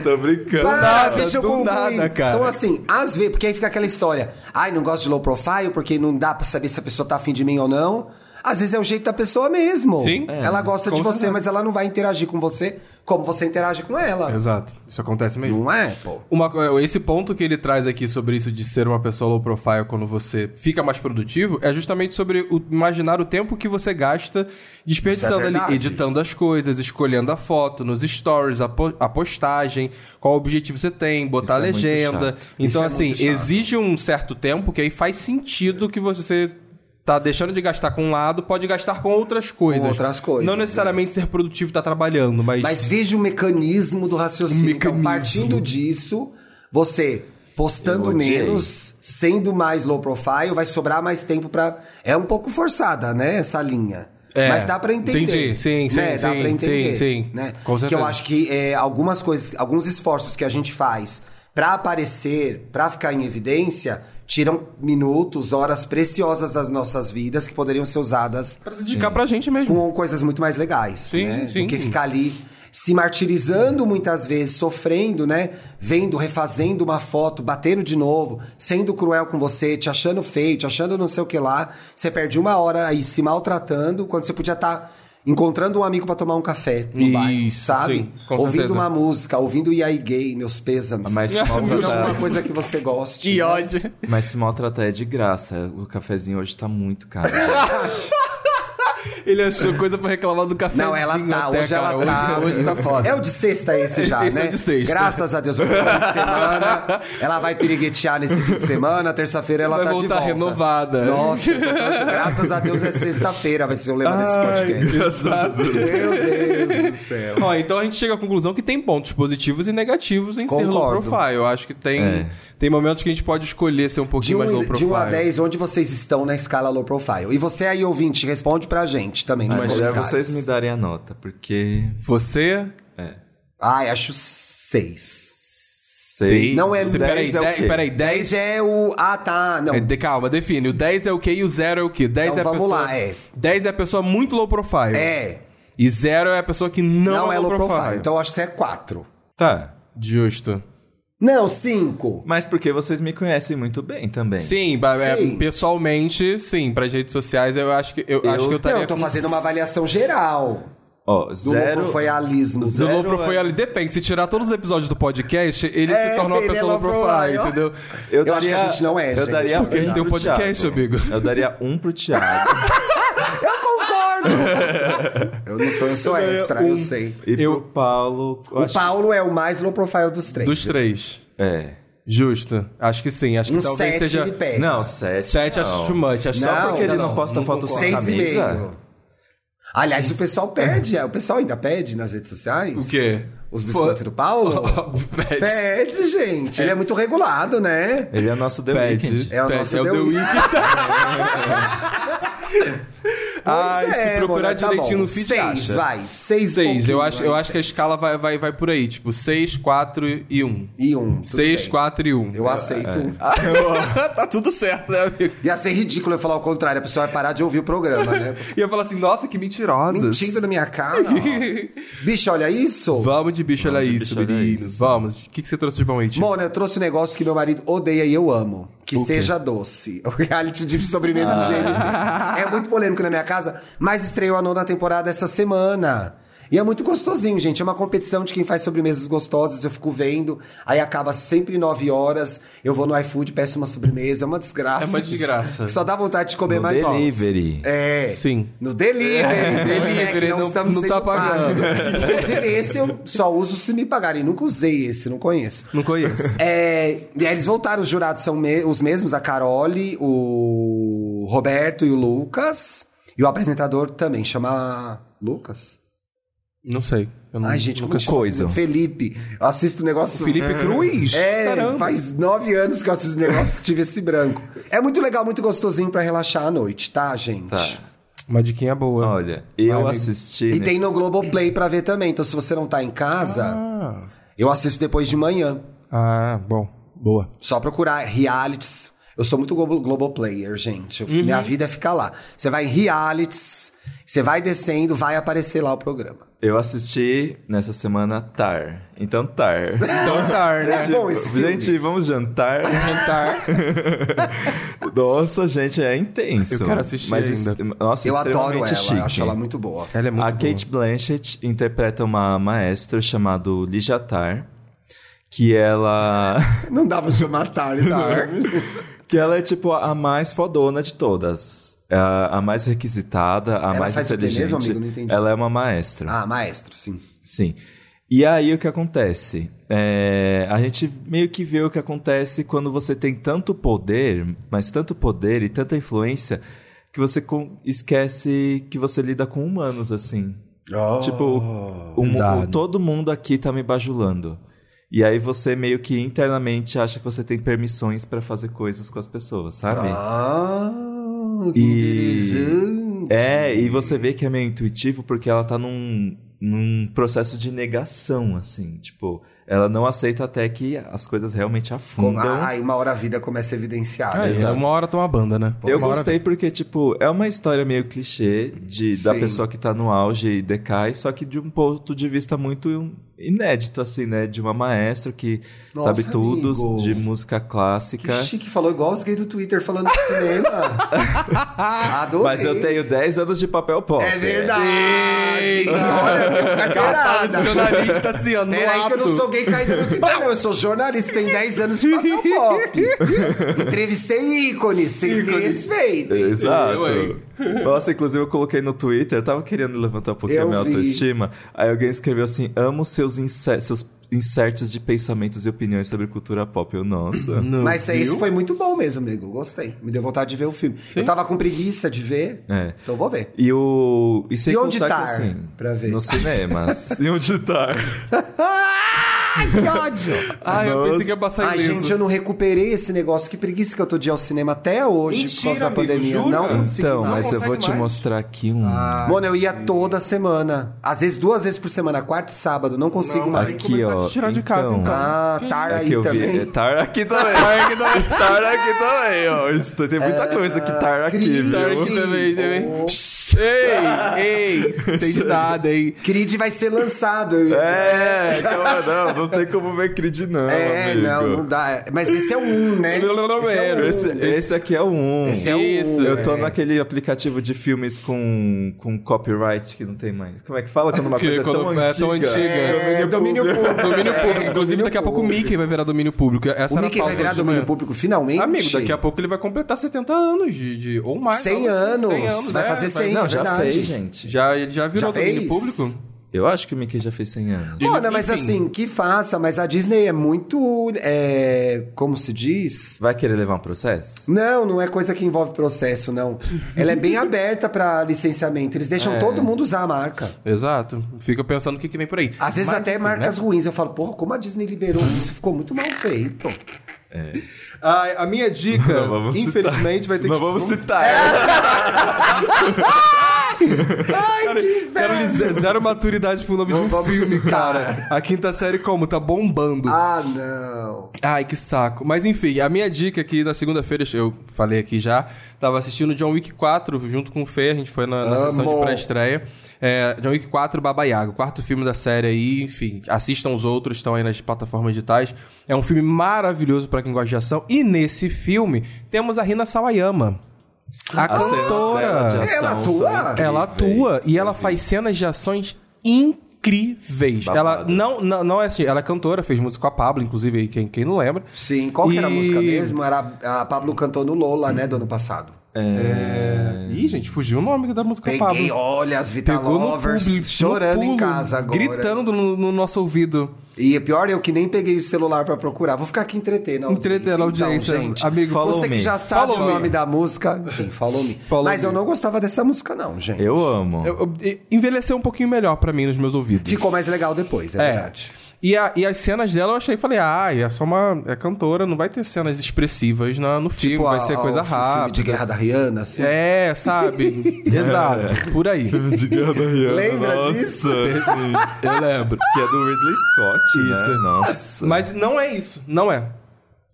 A: Tô brincando.
C: Para,
B: nada,
C: deixa eu
B: do
C: concluir.
B: nada, cara.
C: Então, assim, às vezes, porque aí fica aquela história. Ai, não gosto de low profile porque não dá pra saber se a pessoa tá afim de mim ou não. Às vezes é o jeito da pessoa mesmo.
B: Sim.
C: Ela gosta
B: Com
C: de você,
B: certeza.
C: mas ela não vai interagir com você como você interage com ela.
B: Exato. Isso acontece mesmo.
C: Não é, pô?
B: Uma co- esse ponto que ele traz aqui sobre isso de ser uma pessoa low profile quando você fica mais produtivo é justamente sobre o- imaginar o tempo que você gasta desperdiçando
C: Isso é
B: ali,
C: verdade.
B: editando as coisas, escolhendo a foto, nos stories, a, po- a postagem, qual objetivo você tem, botar
A: Isso
B: a
A: é muito
B: legenda.
A: chato.
B: então,
C: é
B: assim,
C: muito chato.
B: exige um certo tempo que aí faz sentido que você tá deixando de gastar com um lado, pode gastar com outras coisas.
C: outras coisas, é.
B: Não necessariamente ser produtivo e tá trabalhando, mas.
C: Mas veja o mecanismo do raciocínio.
B: O
C: Então,
B: mecanismo.
C: partindo disso, você postando
A: Eu odiei.
C: menos, sendo mais low profile, vai sobrar mais tempo pra. É um pouco forçada, né, essa linha.
B: É,
C: Mas dá pra entender.
B: entendi. Sim, sim,
C: né? Dá
B: sim,
C: pra
B: sim,
C: entender.
B: sim.
C: Né?
B: Com
C: que eu
B: certeza.
C: acho que é, algumas coisas, alguns esforços que a gente faz pra aparecer, pra ficar em evidência, tiram minutos, horas preciosas das nossas vidas que poderiam ser usadas
B: Pra dedicar pra gente mesmo.
C: com coisas muito mais legais.
B: Sim,
C: né?
B: sim.
C: Do que ficar ali se martirizando muitas vezes, sofrendo, né? Vendo, refazendo uma foto, batendo de novo, sendo cruel com você, te achando feio, te achando não sei o que lá. Você perde uma hora aí se maltratando, quando você podia estar encontrando um amigo pra tomar um café no bairro,
B: Isso,
C: sabe?
B: sim, com
C: ouvindo
B: certeza.
C: uma música, ouvindo Yai Gay, meus pêsames.
A: Mas se,
C: ouvindo alguma
A: maltratar,
C: coisa que você goste.
E: Que
C: né?
E: ódio.
A: mas se maltratar é de graça. O cafezinho hoje tá muito caro.
B: Ele achou coisa pra reclamar do café.
C: Não, ela tá, hoje ela tá.
B: Hoje tá foda.
C: É o de sexta esse já,
B: Esse é
C: né?
B: de sexta.
C: Graças a Deus, o fim de semana. Ela vai piriguetear nesse fim de semana, terça-feira ela
B: Vai
C: tá de
B: voltar
C: volta.
B: renovada.
C: Nossa, então, graças a Deus é sexta-feira, vai ser o lema desse podcast.
A: Engraçado.
C: Meu Deus do céu.
B: Ó, então a gente chega à conclusão que tem pontos positivos e negativos em ser low
C: Concordo.
B: profile. Eu acho que tem,
A: É.
B: tem momentos que a gente pode escolher ser um
C: De
B: pouquinho mais
C: 1,
B: low
C: um, de
B: profile.
C: um a 10, onde vocês estão na escala low profile? E você aí, ouvinte, responde pra gente também nos
A: Mas
B: é
A: já
C: comentários.
A: vocês me darem a nota, porque. é.
B: Você?
C: Ai, acho 6.
A: Seis.
C: Não é-
B: Você- Peraí,
A: Dez é o
B: dez-
A: quê?
B: peraí, 10
C: 10 é o... Ah, tá, não.
B: É, de- calma, define. O 10 é o que e o 0 é o que? 10
C: Então
B: é a
C: vamos
B: pessoa.
C: lá, é.
B: 10 é a pessoa muito low profile.
C: É,
B: E 0 é a pessoa que não,
C: não, é low profile.
B: profile.
C: Então eu acho que você é 4.
A: Tá.
B: Justo.
C: Não, 5.
A: Mas porque vocês me conhecem muito bem também.
B: Sim, ba- é,
C: Sim.
B: pessoalmente, sim, para redes sociais eu acho que eu, acho que eu estaria
C: Não, eu tô
B: com
C: fazendo uma avaliação geral
A: Ó,
C: do
A: zero.
C: low profileismo.
B: Do
A: Zero
B: low profile,
A: é-
B: ele depende. Se tirar todos os episódios do podcast, ele
C: É,
B: se torna uma
C: ele é
B: pessoa
C: low
B: low profile,
C: profile.
B: entendeu?
C: Eu acho que a gente não é,
A: Eu
C: gente,
A: daria
C: na
B: Porque a gente tem um
A: pro
B: podcast,
A: Thiago.
B: amigo.
A: Eu daria um pro Thiago.
C: Eu concordo! eu não sou, eu sou extra, eu sei.
A: e
B: um. Eu-
A: pro Paulo. eu
C: O
A: acho-
C: Paulo é o mais low profile dos três.
B: Dos três.
A: É.
B: Justo. Acho que sim. Acho que
C: Um
B: talvez
C: 7
B: seja.
C: ele pega.
A: Não, sete.
B: Sete
A: não.
B: acho too much. Acho
C: Não,
A: Só porque ele não,
B: não,
A: posta
B: não
A: foto sem
C: Seis e
A: camisa.
C: meio. Aliás, o pessoal pede, é, o pessoal ainda pede nas redes sociais.
B: O quê?
C: Os biscoitos do Paulo?
B: Pede.
C: pede, gente. Ele é muito regulado, né?
A: Ele é nosso The
B: Pede.
A: Weeknd.
C: É o
B: Pede.
C: nosso
B: É o
C: The
B: The
C: Weeknd.
B: Weeknd. Ah,
C: Pois
B: se procurar
C: moleque, tá
B: direitinho
C: bom.
B: no feed,
C: Seis,
B: acha.
C: vai. Seis,
B: Seis. Eu
C: pouquinho,
B: acho,
C: vai.
B: eu acho que a escala vai, vai, vai por aí. Tipo, seis, quatro e um.
C: E um. tudo
B: Seis,
C: bem.
B: quatro e um.
C: Eu aceito. um.
B: tá tudo certo, né, amigo?
C: Ia ser ridículo eu falar o contrário. A pessoa vai parar de ouvir o programa, né?
B: E eu falo assim, nossa, que mentirosa.
C: Mentindo na minha cara. Bicho, olha isso.
B: Vamos de bicho, olha
A: de
B: isso,
A: bicho, olha
B: meninos.
A: isso.
B: Vamos. O que, que você trouxe de bom aí, Tio?
C: Mona, eu trouxe um negócio que meu marido odeia e eu amo. Que seja doce. O reality de sobremesa do
B: Ah.
C: GNT. É muito polêmico na minha casa, mas estreou a nona temporada essa semana. E é muito gostosinho, gente. É uma competição de quem faz sobremesas gostosas. Eu fico vendo. Aí acaba sempre 9 horas. Eu vou no iFood, peço uma sobremesa. É uma desgraça.
B: É uma desgraça.
C: Só dá vontade de comer
A: No
C: mais
A: delivery.
C: É.
B: Sim.
C: No delivery.
B: Delivery,
C: É que
B: não- não
C: sendo
B: tá pagando.
C: pagos. Inclusive, esse eu só uso se me pagarem. Nunca usei esse, não conheço.
B: Não conheço.
C: É, e aí eles voltaram, os jurados são me- os mesmos, a Carole, o Roberto e o Lucas. E o apresentador também, chama Lucas?
B: Não sei. Eu não...
C: Ai, gente, como
A: Lucas
C: chama?
A: Coisa.
C: Felipe. Eu assisto o negócio...
B: Felipe Cruz?
C: É,
B: Caramba.
C: faz nove anos que eu assisto o negócio, tive esse branco. É muito legal, muito gostosinho pra relaxar à noite, tá, gente?
A: Tá.
B: Uma diquinha boa.
A: Olha, eu
B: amigo.
A: assisti.
C: E
A: nesse-
C: tem no Globoplay pra ver também. Então, se você não tá em casa,
B: Ah.
C: eu assisto depois de manhã.
B: Ah, bom. Boa.
C: Só procurar realities. Eu sou muito Globo, Globoplayer, gente. Eu- Minha vida é ficar lá. Você vai em realities, você vai descendo, vai aparecer lá o programa.
A: Eu assisti nessa semana Tar. Então Tar.
B: Então tá, né?
C: É bom esse filme.
A: Gente, vamos jantar.
B: Jantar.
A: Nossa, gente, é intenso.
B: Eu quero assistir
A: Mas
B: ainda.
A: es- Nossa,
C: eu adoro
A: é extremamente
C: ela,
A: chique.
C: eu acho ela muito boa.
B: Ela é muito
A: a
B: boa.
A: Kate Blanchett interpreta uma maestra chamada Lijatar, que ela
C: Não dá pra chamar tarde, tá?
A: que ela é tipo a a mais fodona de todas. É A, a mais requisitada, a
C: Ela
A: mais
C: faz o quê mesmo,
A: inteligente.
C: amigo? Não entendi.
A: ela é uma maestra.
C: ah, maestro, sim.
A: Sim. E aí o que acontece? É, a gente meio que vê o que acontece quando você tem tanto poder, mas tanto poder e tanta influência que você com- esquece que você lida com humanos assim. Tipo, o mu-
C: pesado.
A: o- todo mundo aqui tá me bajulando. E aí você meio que internamente acha que você tem permissões pra fazer coisas com as pessoas, sabe?
C: Ah, que
A: E-
C: interessante.
A: É, e você vê que é meio intuitivo porque ela tá num, num processo de negação, assim. Tipo, Ela não aceita até que as coisas realmente afundam.
C: Ai, uma hora a vida começa a evidenciar.
B: Ah,
C: né?
B: é, uma hora toma banda, né?
A: Eu
B: Uma hora-
A: gostei porque, tipo, é uma história meio clichê de, da
C: Sim.
A: pessoa que tá no auge e decai, só que de um ponto de vista muito inédito, assim, né? De uma maestra que
C: Nossa,
A: sabe tudo
C: amigo.
A: de música clássica.
C: Que chique, falou igual os gays do Twitter falando de cinema. Adorei.
A: Mas eu tenho 10 anos de papel pop.
C: É verdade! Olha, carteirada.
B: jornalista assim, ó, no
C: Peraí que eu não
B: ato.
C: sou gay caído no Twitter, não. Eu sou jornalista, tenho 10 anos de papel pop. Entrevistei ícones, vocês me respeitem.
A: Exato.
B: Eu, hein?
A: Nossa, inclusive eu coloquei no Twitter, eu tava querendo levantar um pouquinho
C: Eu
A: a minha
C: vi.
A: autoestima. Aí alguém escreveu assim: amo seus, inser seus inserts de pensamentos e opiniões sobre cultura pop. Eu, nossa.
B: Não,
C: Mas isso
B: viu?
C: esse foi muito bom mesmo, amigo. Gostei. Me deu vontade de ver o filme. Eu tava com preguiça de ver,
A: É.
C: então vou ver.
A: E o. E sem
C: E onde
A: contar
C: tá,
A: que assim.
C: pra ver?
A: Nos cinemas. e onde tá?
C: Ai, que ódio!
B: Ah, eu
A: Nossa.
B: pensei que ia passar
C: Ai,
B: ileso.
C: gente, eu não recuperei esse negócio. Que preguiça que eu tô de ir ao cinema até hoje por
B: Mentira,
C: causa da
B: amigo,
C: pandemia.
B: jura?
C: Não consegui
A: Então,
C: mais. Ah,
A: mas eu vou
B: consegue
A: te
B: mais?
A: mostrar aqui um.
C: Mano, eu ia toda semana. Às vezes, duas vezes por semana, quarta e sábado. Não consigo
B: Não,
C: mais.
B: tem que
A: Aqui,
B: começar
A: ó.
B: a te tirar de casa,
A: Então,
B: então.
C: Ah,
B: Que
C: tar
A: É
C: aí
A: que eu vi.
C: também.
A: É tar aqui também. tar aqui também. Tar aqui também, ó. Isso, tem muita coisa que tar aqui,
C: Cris.
B: Tá
A: viu?
B: aqui também, também.
C: Oh.
B: Ei, ei, tem de nada, hein?
C: Creed vai ser lançado. eu ia dizer.
A: É, calma, não, não tem como ver Creed, não.
C: É,
A: amigo.
C: não, não dá. Mas esse é o um, né? Esse é o um.
A: Esse, esse aqui é o 1. Um.
C: Esse é o
B: Isso,
C: um,
A: Eu tô
C: é.
A: naquele aplicativo de filmes com, com copyright que não tem mais. Como é que fala quando uma
B: Que
A: coisa é tão,
B: quando
A: antiga?
B: é tão antiga.
C: É, domínio público.
B: Domínio público.
C: É,
B: Inclusive,
C: domínio
B: daqui a pouco o
C: público. é
B: Mickey vai virar domínio público. Essa era
C: O
B: a
C: Mickey vai
B: pauta
C: virar
B: de
C: domínio
B: manhã.
C: público, finalmente.
B: Amigo, daqui a pouco ele vai completar 70 anos de... de ou mais.
C: 100
B: algo assim,
C: anos,
B: 100 anos,
C: vai
B: é,
C: fazer 100,
A: Não, já
C: verdade.
A: fez, gente.
B: Já, ele já virou
C: Já
B: domínio
C: fez?
B: público?
A: Eu acho que o Mickey já fez 100 anos.
B: Ele-
C: Mano, mas
B: enfim.
C: assim, que faça. Mas a Disney é muito. é, como se diz?
A: Vai querer levar um processo?
C: Não, não é coisa que envolve processo, não. Ela é bem aberta pra licenciamento. Eles deixam
B: É.
C: todo mundo usar a marca.
B: Exato. Fica pensando o que, que vem por aí.
C: Às vezes até
B: né?
C: marcas ruins. Eu falo, porra, como a Disney liberou isso? Ficou muito mal feito.
B: A, a minha dica,
A: Não vamos citar.
B: infelizmente, vai ter
A: Não
B: que...
A: vamos citar.
B: Cara, cara, ele ze- zero maturidade pro nome de um filme, cara. A quinta série como? Tá bombando.
C: Ah, não.
B: Ai, que saco. Mas enfim, a minha dica aqui na segunda-feira, eu falei aqui já, tava assistindo John Wick 4 junto com o Fê, a gente foi na, na sessão de
C: Amo.
B: pré-estreia. É, John Wick 4 Baba Yaga, o quarto filme da série aí, enfim, assistam os outros, estão aí nas plataformas digitais. É um filme maravilhoso pra quem gosta de ação. E nesse filme temos a Rina Sawayama. A
A: As cenas dela de
B: cantora.
A: ação
C: Ela
A: são
C: atua?
A: incríveis,
B: Ela atua e ela
A: incríveis.
B: faz cenas de ações incríveis.
A: Babado.
B: Ela não, não, não é assim, ela é cantora, fez música com a Pablo, inclusive, aí, quem, quem não lembra.
C: Sim, qual que era a
B: E-
C: música mesmo? Era, a Pablo cantou no Lola, né, do ano passado.
B: É. Ih, gente, fugiu o nome da música com a
C: Peguei,
B: Pablo.
C: olha, as Vita
B: Pegou no
C: Lovers
B: publi, no
C: chorando em
B: pulo,
C: casa agora.
B: Gritando no, no nosso ouvido.
C: E é pior, eu que nem peguei o celular pra procurar. Vou ficar aqui entretendo a audiência.
B: Entretendo a audiência.
C: Então, gente,
B: Amigo,
A: follow
C: você
A: me.
C: que já sabe
B: Follow
C: o
B: me.
C: nome da música, enfim, follow me.
B: Follow
C: Mas eu
B: me.
C: não gostava dessa música não, gente.
A: Eu amo.
B: Eu- eu- envelheceu um pouquinho melhor pra mim nos meus ouvidos.
C: Ficou mais legal depois, é,
B: É.
C: verdade.
B: E, a- e as cenas dela eu achei, falei, ah, é só uma é cantora, não vai ter cenas expressivas na- no filme, vai
C: Tipo a-
B: ser
C: a-
B: coisa
C: o filme de
B: rápida.
C: guerra da Rihanna, assim.
B: É, sabe? Exato, por aí.
A: De Guerra Rihanna.
C: Lembra
A: Nossa,
C: disso?
A: sim.
B: Eu lembro.
A: Que é do Ridley Scott,
B: Isso.
A: né? Nossa.
B: Mas não é isso, não é.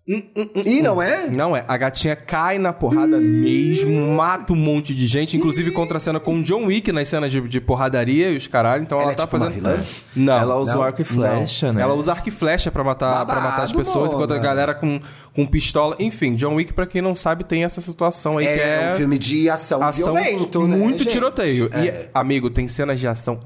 C: E não é?
B: Não é. A gatinha cai na porrada mesmo, mata um monte de gente, inclusive contra a cena com o John Wick nas cenas de, de porradaria e os caralho. Então ela,
C: é
B: tá
C: tipo uma
B: fazendo.
C: vilã?
B: Não.
A: Ela usa
B: não,
A: o arco e flecha,
B: não.
A: né?
B: Ela usa arco e flecha pra matar, pra matar as
C: Babado,
B: pessoas, enquanto a
C: mano.
B: galera com, com pistola. Enfim, John Wick, pra quem não sabe, tem essa situação aí que
C: É
B: é.
C: um filme de ação,
B: Ação
C: violento, né,
B: muito
C: gente? É.
B: tiroteio. E, amigo, tem cenas de ação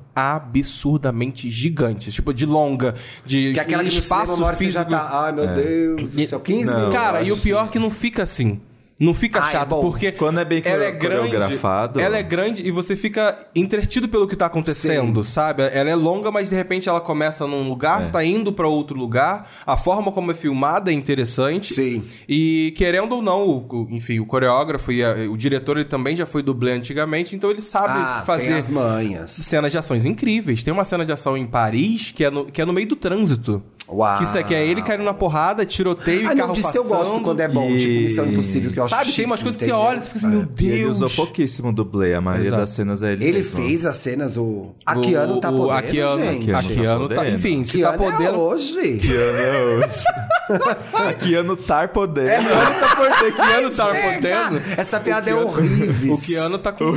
B: absurdamente gigantes. Tipo, de longa, de
C: Que é aquela que no
B: espaço
C: cinema uma hora você
B: físico. É.
C: já tá... Ai, meu Deus do céu, 15 minutos.
B: Cara,
A: eu
B: e o
A: acho
B: pior é que não fica assim. Não fica
C: Ah, é
B: chato,
C: bom.
B: porque
A: Quando é bem
B: ela é
A: coreografado.
B: grande, ela é grande e você fica entretido pelo que tá acontecendo, sabe? Ela é longa, mas de repente ela começa num lugar, tá indo pra outro lugar. A forma como é filmada é interessante.
C: Sim.
B: E querendo ou não, o- o- enfim, o coreógrafo e a- o diretor ele também já foi dublê antigamente, então ele sabe
C: Ah, tem
B: fazer
C: as manhas.
B: cenas de ações incríveis. Tem uma cena de ação em Paris que é no, que é no meio do trânsito.
C: Uau.
B: Que isso aqui é ele caindo na porrada, tiroteio
C: Ah,
B: e
C: não,
B: carro
C: disso
B: passando.
C: eu gosto quando é bom. Tipo, Missão Impossível, que eu acho
B: Sabe, tem
C: chique,
B: umas coisas que você
C: entendeu?
B: olha e fica assim, meu
A: E Ele
B: Deus.
A: usou pouquíssimo dublê, a maioria
B: Exato.
A: das cenas é ele
C: Ele
A: mesmo.
C: fez as cenas, o... Akiano tá
B: O- o-
C: podendo,
B: o Akiano,
C: gente.
B: Akiano tá,
A: podendo.
B: enfim, se tá
C: Akiano é
B: podendo,
C: hoje.
A: Keanu é hoje. Keanu tar podendo.
C: É.
B: O Keanu tá podendo?
C: Essa piada é horrível.
B: O Keanu tá com.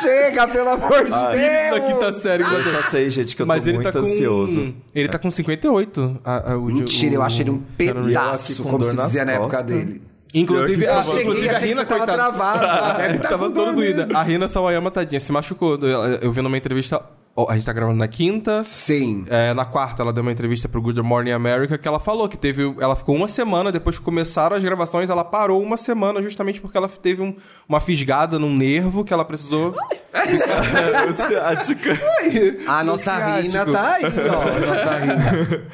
C: Chega, pelo amor de
A: Ah,
B: Isso
C: Deus!
B: aqui tá sério,
A: Eu só sei, gente, que eu
B: Mas
A: tô
B: ele
A: muito
B: tá com.
A: ansioso.
B: Ele tá com 58. A, a, o,
C: Mentira, eu
B: o-
C: acho ele um
A: aqui
C: pedaço,
A: com
C: como
A: dor
C: se
A: nas
C: dizia na época
A: costas.
C: dele.
B: Inclusive,
A: Eu
B: a,
A: achei
C: Cheguei,
B: Ah, inclusive a
C: achei que
B: Rina,
C: você tava
B: coitada.
C: travado. Deve tá
B: tava
C: com
B: todo
C: dor
B: doída.
C: mesmo.
B: A Rina Sawayama, tadinha, se machucou. Eu eu vi numa entrevista. ó, a gente tá gravando na quinta.
C: Sim.
B: É, na quarta, ela deu uma entrevista pro Good Morning America que ela falou que teve. Ela ficou uma semana, depois que começaram as gravações, ela parou uma semana justamente porque ela teve um- uma fisgada num nervo que ela precisou.
A: O ciática.
C: A nossa
B: ciático.
C: Rina tá aí, ó. A nossa Rina.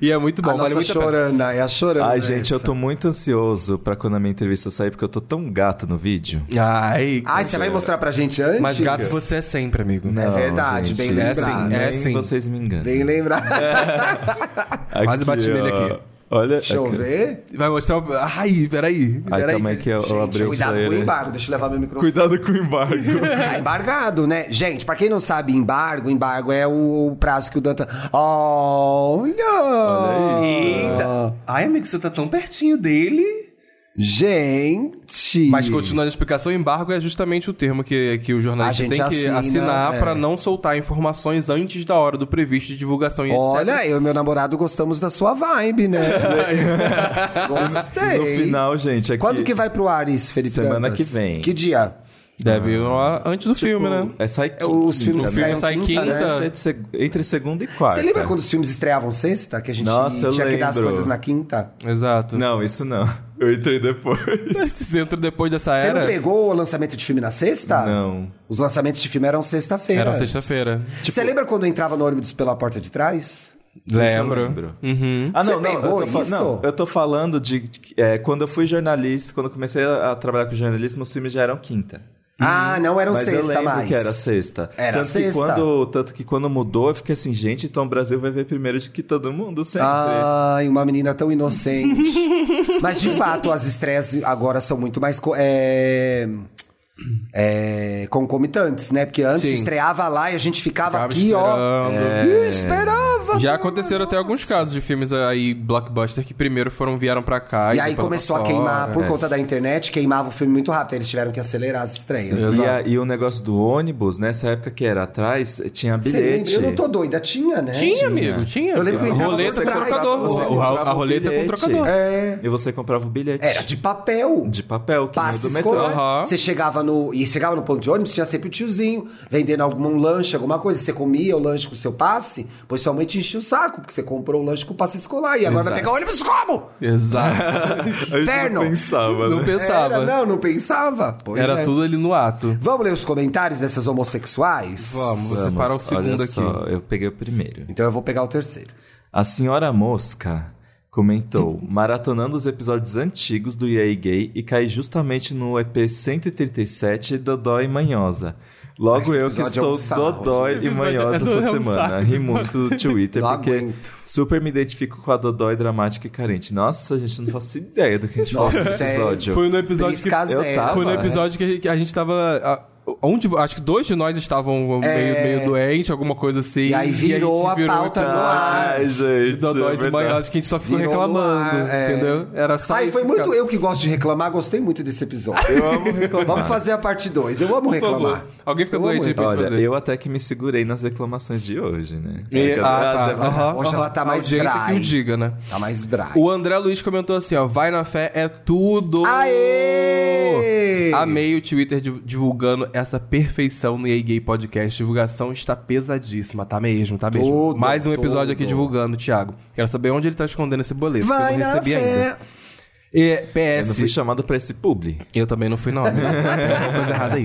B: E é muito bom,
C: a
B: vale
C: nossa
B: muito a pena.
C: chorana, é a chorana.
A: Ai, gente, eu
C: essa.
A: tô muito ansioso pra quando a minha entrevista sair, porque eu tô tão gato no vídeo.
B: Ai,
C: Ai, você vai Né? mostrar pra gente antes?
B: Mas gato você é sempre, amigo.
A: Não,
C: verdade,
A: gente,
C: bem lembrado.
A: nem
B: É, sim.
A: vocês me enganam.
C: Bem
A: É.
C: lembrado.
B: Quase bati nele aqui.
A: Olha.
C: Deixa eu
A: aqui.
C: ver.
B: É. Vai mostrar o. Ai, peraí.
A: Ai,
B: peraí.
A: calma aí que eu, eu abri o
C: Cuidado com o
A: player.
C: embargo, deixa eu levar meu microfone.
A: Cuidado com o embargo.
C: Tá embargado, né? Gente, pra quem não sabe, embargo, embargo é o prazo que o Danta. Olha!
A: Olha
B: Eita. Ai, amigo, você tá tão pertinho dele.
C: Gente!
B: Mas continuando a explicação, embargo é justamente o termo que, que o jornalista
C: A gente
B: tem que
C: assina,
B: assinar
C: é.
B: pra não soltar informações antes da hora do previsto de divulgação e etc.
C: Olha, eu e meu namorado gostamos da sua vibe, né? Gostei.
A: No final, gente, aqui...
C: Quando que vai pro ar isso, Felipe?
A: Semana
C: Dantas?
A: que vem.
C: Que dia?
B: Deve ir lá antes do filme, né?
A: É, sai quinta.
C: Os filmes
A: né?
B: O filme
C: estreiam
B: sai
C: quinta, né?
A: Deve
B: quinta.
A: ser é de seg- Entre segunda e quarta.
C: Você lembra quando os filmes estreavam sexta? Que a gente
A: Nossa, eu
C: tinha que dar as
A: lembro.
C: coisas na quinta?
B: né? Exato.
A: Não, isso não. Tá. Eu entrei depois.
B: Você entra depois dessa
C: Você não
B: era.
C: pegou o lançamento de filme na sexta?
A: Não.
C: Os lançamentos de filme eram sexta-feira.
B: Era sexta-feira.
A: tipo,
C: Você lembra quando eu entrava no ônibus pela porta de trás?
A: Hum, Isso eu
B: Lembro. Uhum.
A: lembro. Ah, não,
C: Você
A: não,
C: pegou
A: eu tô fa-
C: isso?
A: não, eu tô falando de, de- é, quando eu fui jornalista, quando eu comecei a, a trabalhar com jornalismo, os filmes já eram quinta.
C: Ah, não eram
A: Mas eu
C: sexta
A: lembro
C: mais.
A: que era sexta.
C: Era
A: tanto Que
C: sexta.
A: quando, tanto que quando mudou, eu fiquei assim, gente, então o Brasil vai ver primeiro de que todo mundo sempre.
C: Ai, uma menina tão inocente. Mas de fato, as estreias agora são muito mais co- é, é, concomitantes, né? Porque antes
B: Sim.
C: estreava lá e a gente ficava,
B: Ficava
C: aqui, ó.
B: esperando. É.
C: Ih, esperava.
B: Já
C: pelo
B: aconteceram
C: amor
B: até alguns casos de filmes aí, blockbuster, que primeiro foram, vieram pra cá.
C: E aí
B: depois é.
C: começou a
B: pra fora.
C: queimar, por conta da internet, queimava o filme muito rápido. Eles tiveram que acelerar as estreias.
A: E, a- e o negócio do ônibus, nessa época que era atrás, tinha
C: Você lembra?
A: bilhete.
C: Eu não tô doida, tinha, né?
B: É, Tinha, amigo, tinha.
C: Eu lembro que eu entrava
B: roleta
C: no
B: com
C: trás,
B: trocador.
C: você um
B: O- a- a
A: comprava o
B: roleta com
A: bilhete.
B: trocador.
C: É.
A: E você comprava o
B: um
A: bilhete.
C: Era tipo de papel.
A: de papel, que nem o
C: passe
A: do metrô.
C: escolar.
B: Aham.
C: Você chegava no. E chegava no ponto de ônibus, tinha sempre o tiozinho vendendo algum um lanche, alguma coisa. Você comia o lanche com o seu passe, pois sua mãe te enchia o saco, porque você comprou o lanche com o passe escolar. E agora vai
B: Exato.
C: pegar o ônibus como?
B: Exato.
A: A gente
C: Inferno.
A: não pensava,
B: não
A: né?
B: pensava.
C: Era, não, não pensava. Pois
B: Era
C: é.
B: tudo ali no ato.
C: Vamos ler os comentários dessas homossexuais?
B: Vamos, você
A: Vamos,
B: para o
A: olha
B: segundo aqui.
A: só, eu peguei o primeiro.
C: Então eu vou pegar o terceiro.
A: A senhora Mosca comentou, maratonando os episódios antigos do EA Gay e caí justamente no EP 137 Dodói e Manhosa. Logo
C: Esse
A: eu que
C: episódio é um
A: estou
C: sarro.
A: Dodói
B: Esse
A: e
B: episódio
A: Manhosa
B: é um
A: essa semana.
B: sarro.
A: Ri muito do Twitter,
C: Não
A: porque
C: aguento.
A: super me identifico com a Dodói dramática e carente. Nossa, gente, eu não faço ideia do que a gente falou
C: Nossa,
A: nesse
C: sério.
A: episódio.
B: Foi um no episódio que...
C: Prisca
A: eu
C: zero.
A: tava,
B: Foi no
A: né?
B: episódio que a gente- que a gente tava... a- Onde, acho que dois de nós estavam meio, meio doente, alguma coisa assim.
C: É. E aí virou
B: gente
C: a
B: o
C: pauta no
B: episódio
C: ar.
A: Ai,
B: de
A: gente.
B: Dodóis
A: é
B: e Manhosa,
A: verdade.
B: que a gente só ficou
C: Virou no ar,
B: reclamando,
C: é.
B: entendeu? Era só
C: Ai,
B: isso,
C: foi muito
B: cara.
C: eu que gosto de reclamar, gostei muito desse episódio.
A: Eu amo reclamar.
C: Vamos fazer a parte 2. Eu amo
B: Por favor.
C: reclamar.
B: Alguém fica
C: Eu amo
B: doente aí pra gente
A: Olha,
B: fazer.
A: eu até que me segurei nas reclamações de hoje, né?
B: E-
A: Aquela-
B: ah, tá. Aham,
C: Hoje ela tá
B: aham.
C: mais
B: A audiência que
C: dry.
B: o diga, né?
C: Tá mais dry.
B: O André Luiz comentou assim, ó, vai na fé é
C: Ah,
B: tudo.
C: Aê!
B: Amei o Twitter di- divulgando essa perfeição no EA Gay Podcast. Divulgação está pesadíssima, tá mesmo, tá mesmo.
C: Tudo,
B: Mais um episódio aqui
C: tudo.
B: divulgando, Thiago. Quero saber onde ele tá escondendo esse boleto,
C: Vai
B: que eu não
C: na
B: recebi
C: fé.
B: ainda. E,
A: Eu não
B: PS,
A: fui chamado pra esse publi.
B: eu também não fui, não. Né? Tem alguma coisa errada aí.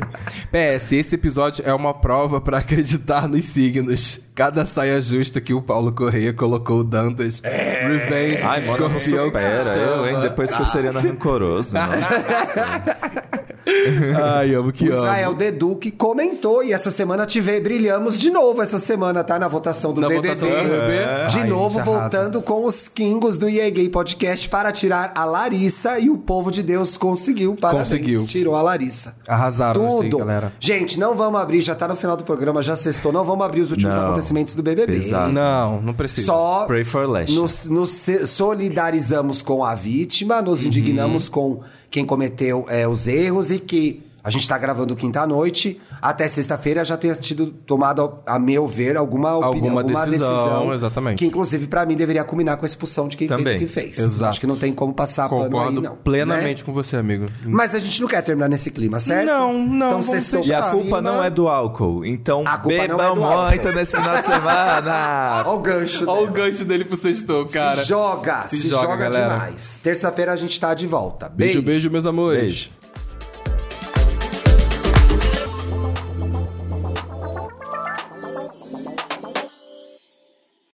B: PS, esse episódio é uma prova pra acreditar nos signos. Cada saia justa que o Paulo Correia colocou o Dantas.
C: É.
B: Revenge,
A: Ai,
B: é
A: mano, não
B: escorpião.
A: né? supera. Eu, hein? Depois que eu seria na rancoroso. nossa.
B: Ai, amo que
C: O
B: amo.
C: Israel Deduc comentou e essa semana te vê, brilhamos de novo essa semana, tá? Na votação do
B: Na
C: BBB.
B: votação do BBB.
C: De De Ai, novo, já voltando com os Kingos do EA Gay Podcast para tirar a Larissa e o povo de Deus conseguiu. Parabéns,
B: Conseguiu.
C: tirou a Larissa.
E: Arrasaram nesse aí,
C: Tudo.
E: galera.
C: Gente, não vamos abrir, já tá no final do programa, já sextou, não vamos abrir os últimos
A: Não.
C: acontecimentos do BBB.
A: Exato.
B: Não, não precisa.
C: Só
A: Pray for Lash.
C: nos, nos se- solidarizamos com a vítima, nos indignamos com quem cometeu é, os erros e que a gente tá gravando quinta à noite. Até sexta-feira já tenha tido tomado, a meu ver, alguma opinião,
B: Alguma
C: alguma,
B: decisão,
C: decisão,
B: exatamente.
C: Que inclusive pra mim deveria culminar com a expulsão de quem
A: Também,
C: fez o que fez.
B: exato.
C: Acho que não tem como passar pano
B: Concordo
C: aí, não.
B: plenamente
C: né?
B: com você, amigo.
C: Mas a gente não quer terminar nesse clima, certo?
B: Não, não,
C: Então,
B: vamos
C: sextou
A: E
B: fechar.
C: pra
A: a culpa
C: cima.
A: não é do álcool. Então
C: A culpa não é
A: bebam
C: do álcool.
A: muito nesse final de semana.
C: Ó o gancho.
B: Olha
C: dela.
B: o gancho dele pro sextou, cara.
C: Se joga,
B: Se
C: se,
B: joga,
C: joga,
B: galera.
C: demais. Terça-feira a gente tá de volta.
B: Beijo,
C: beijo.
B: beijo, meus amores.
A: Beijo.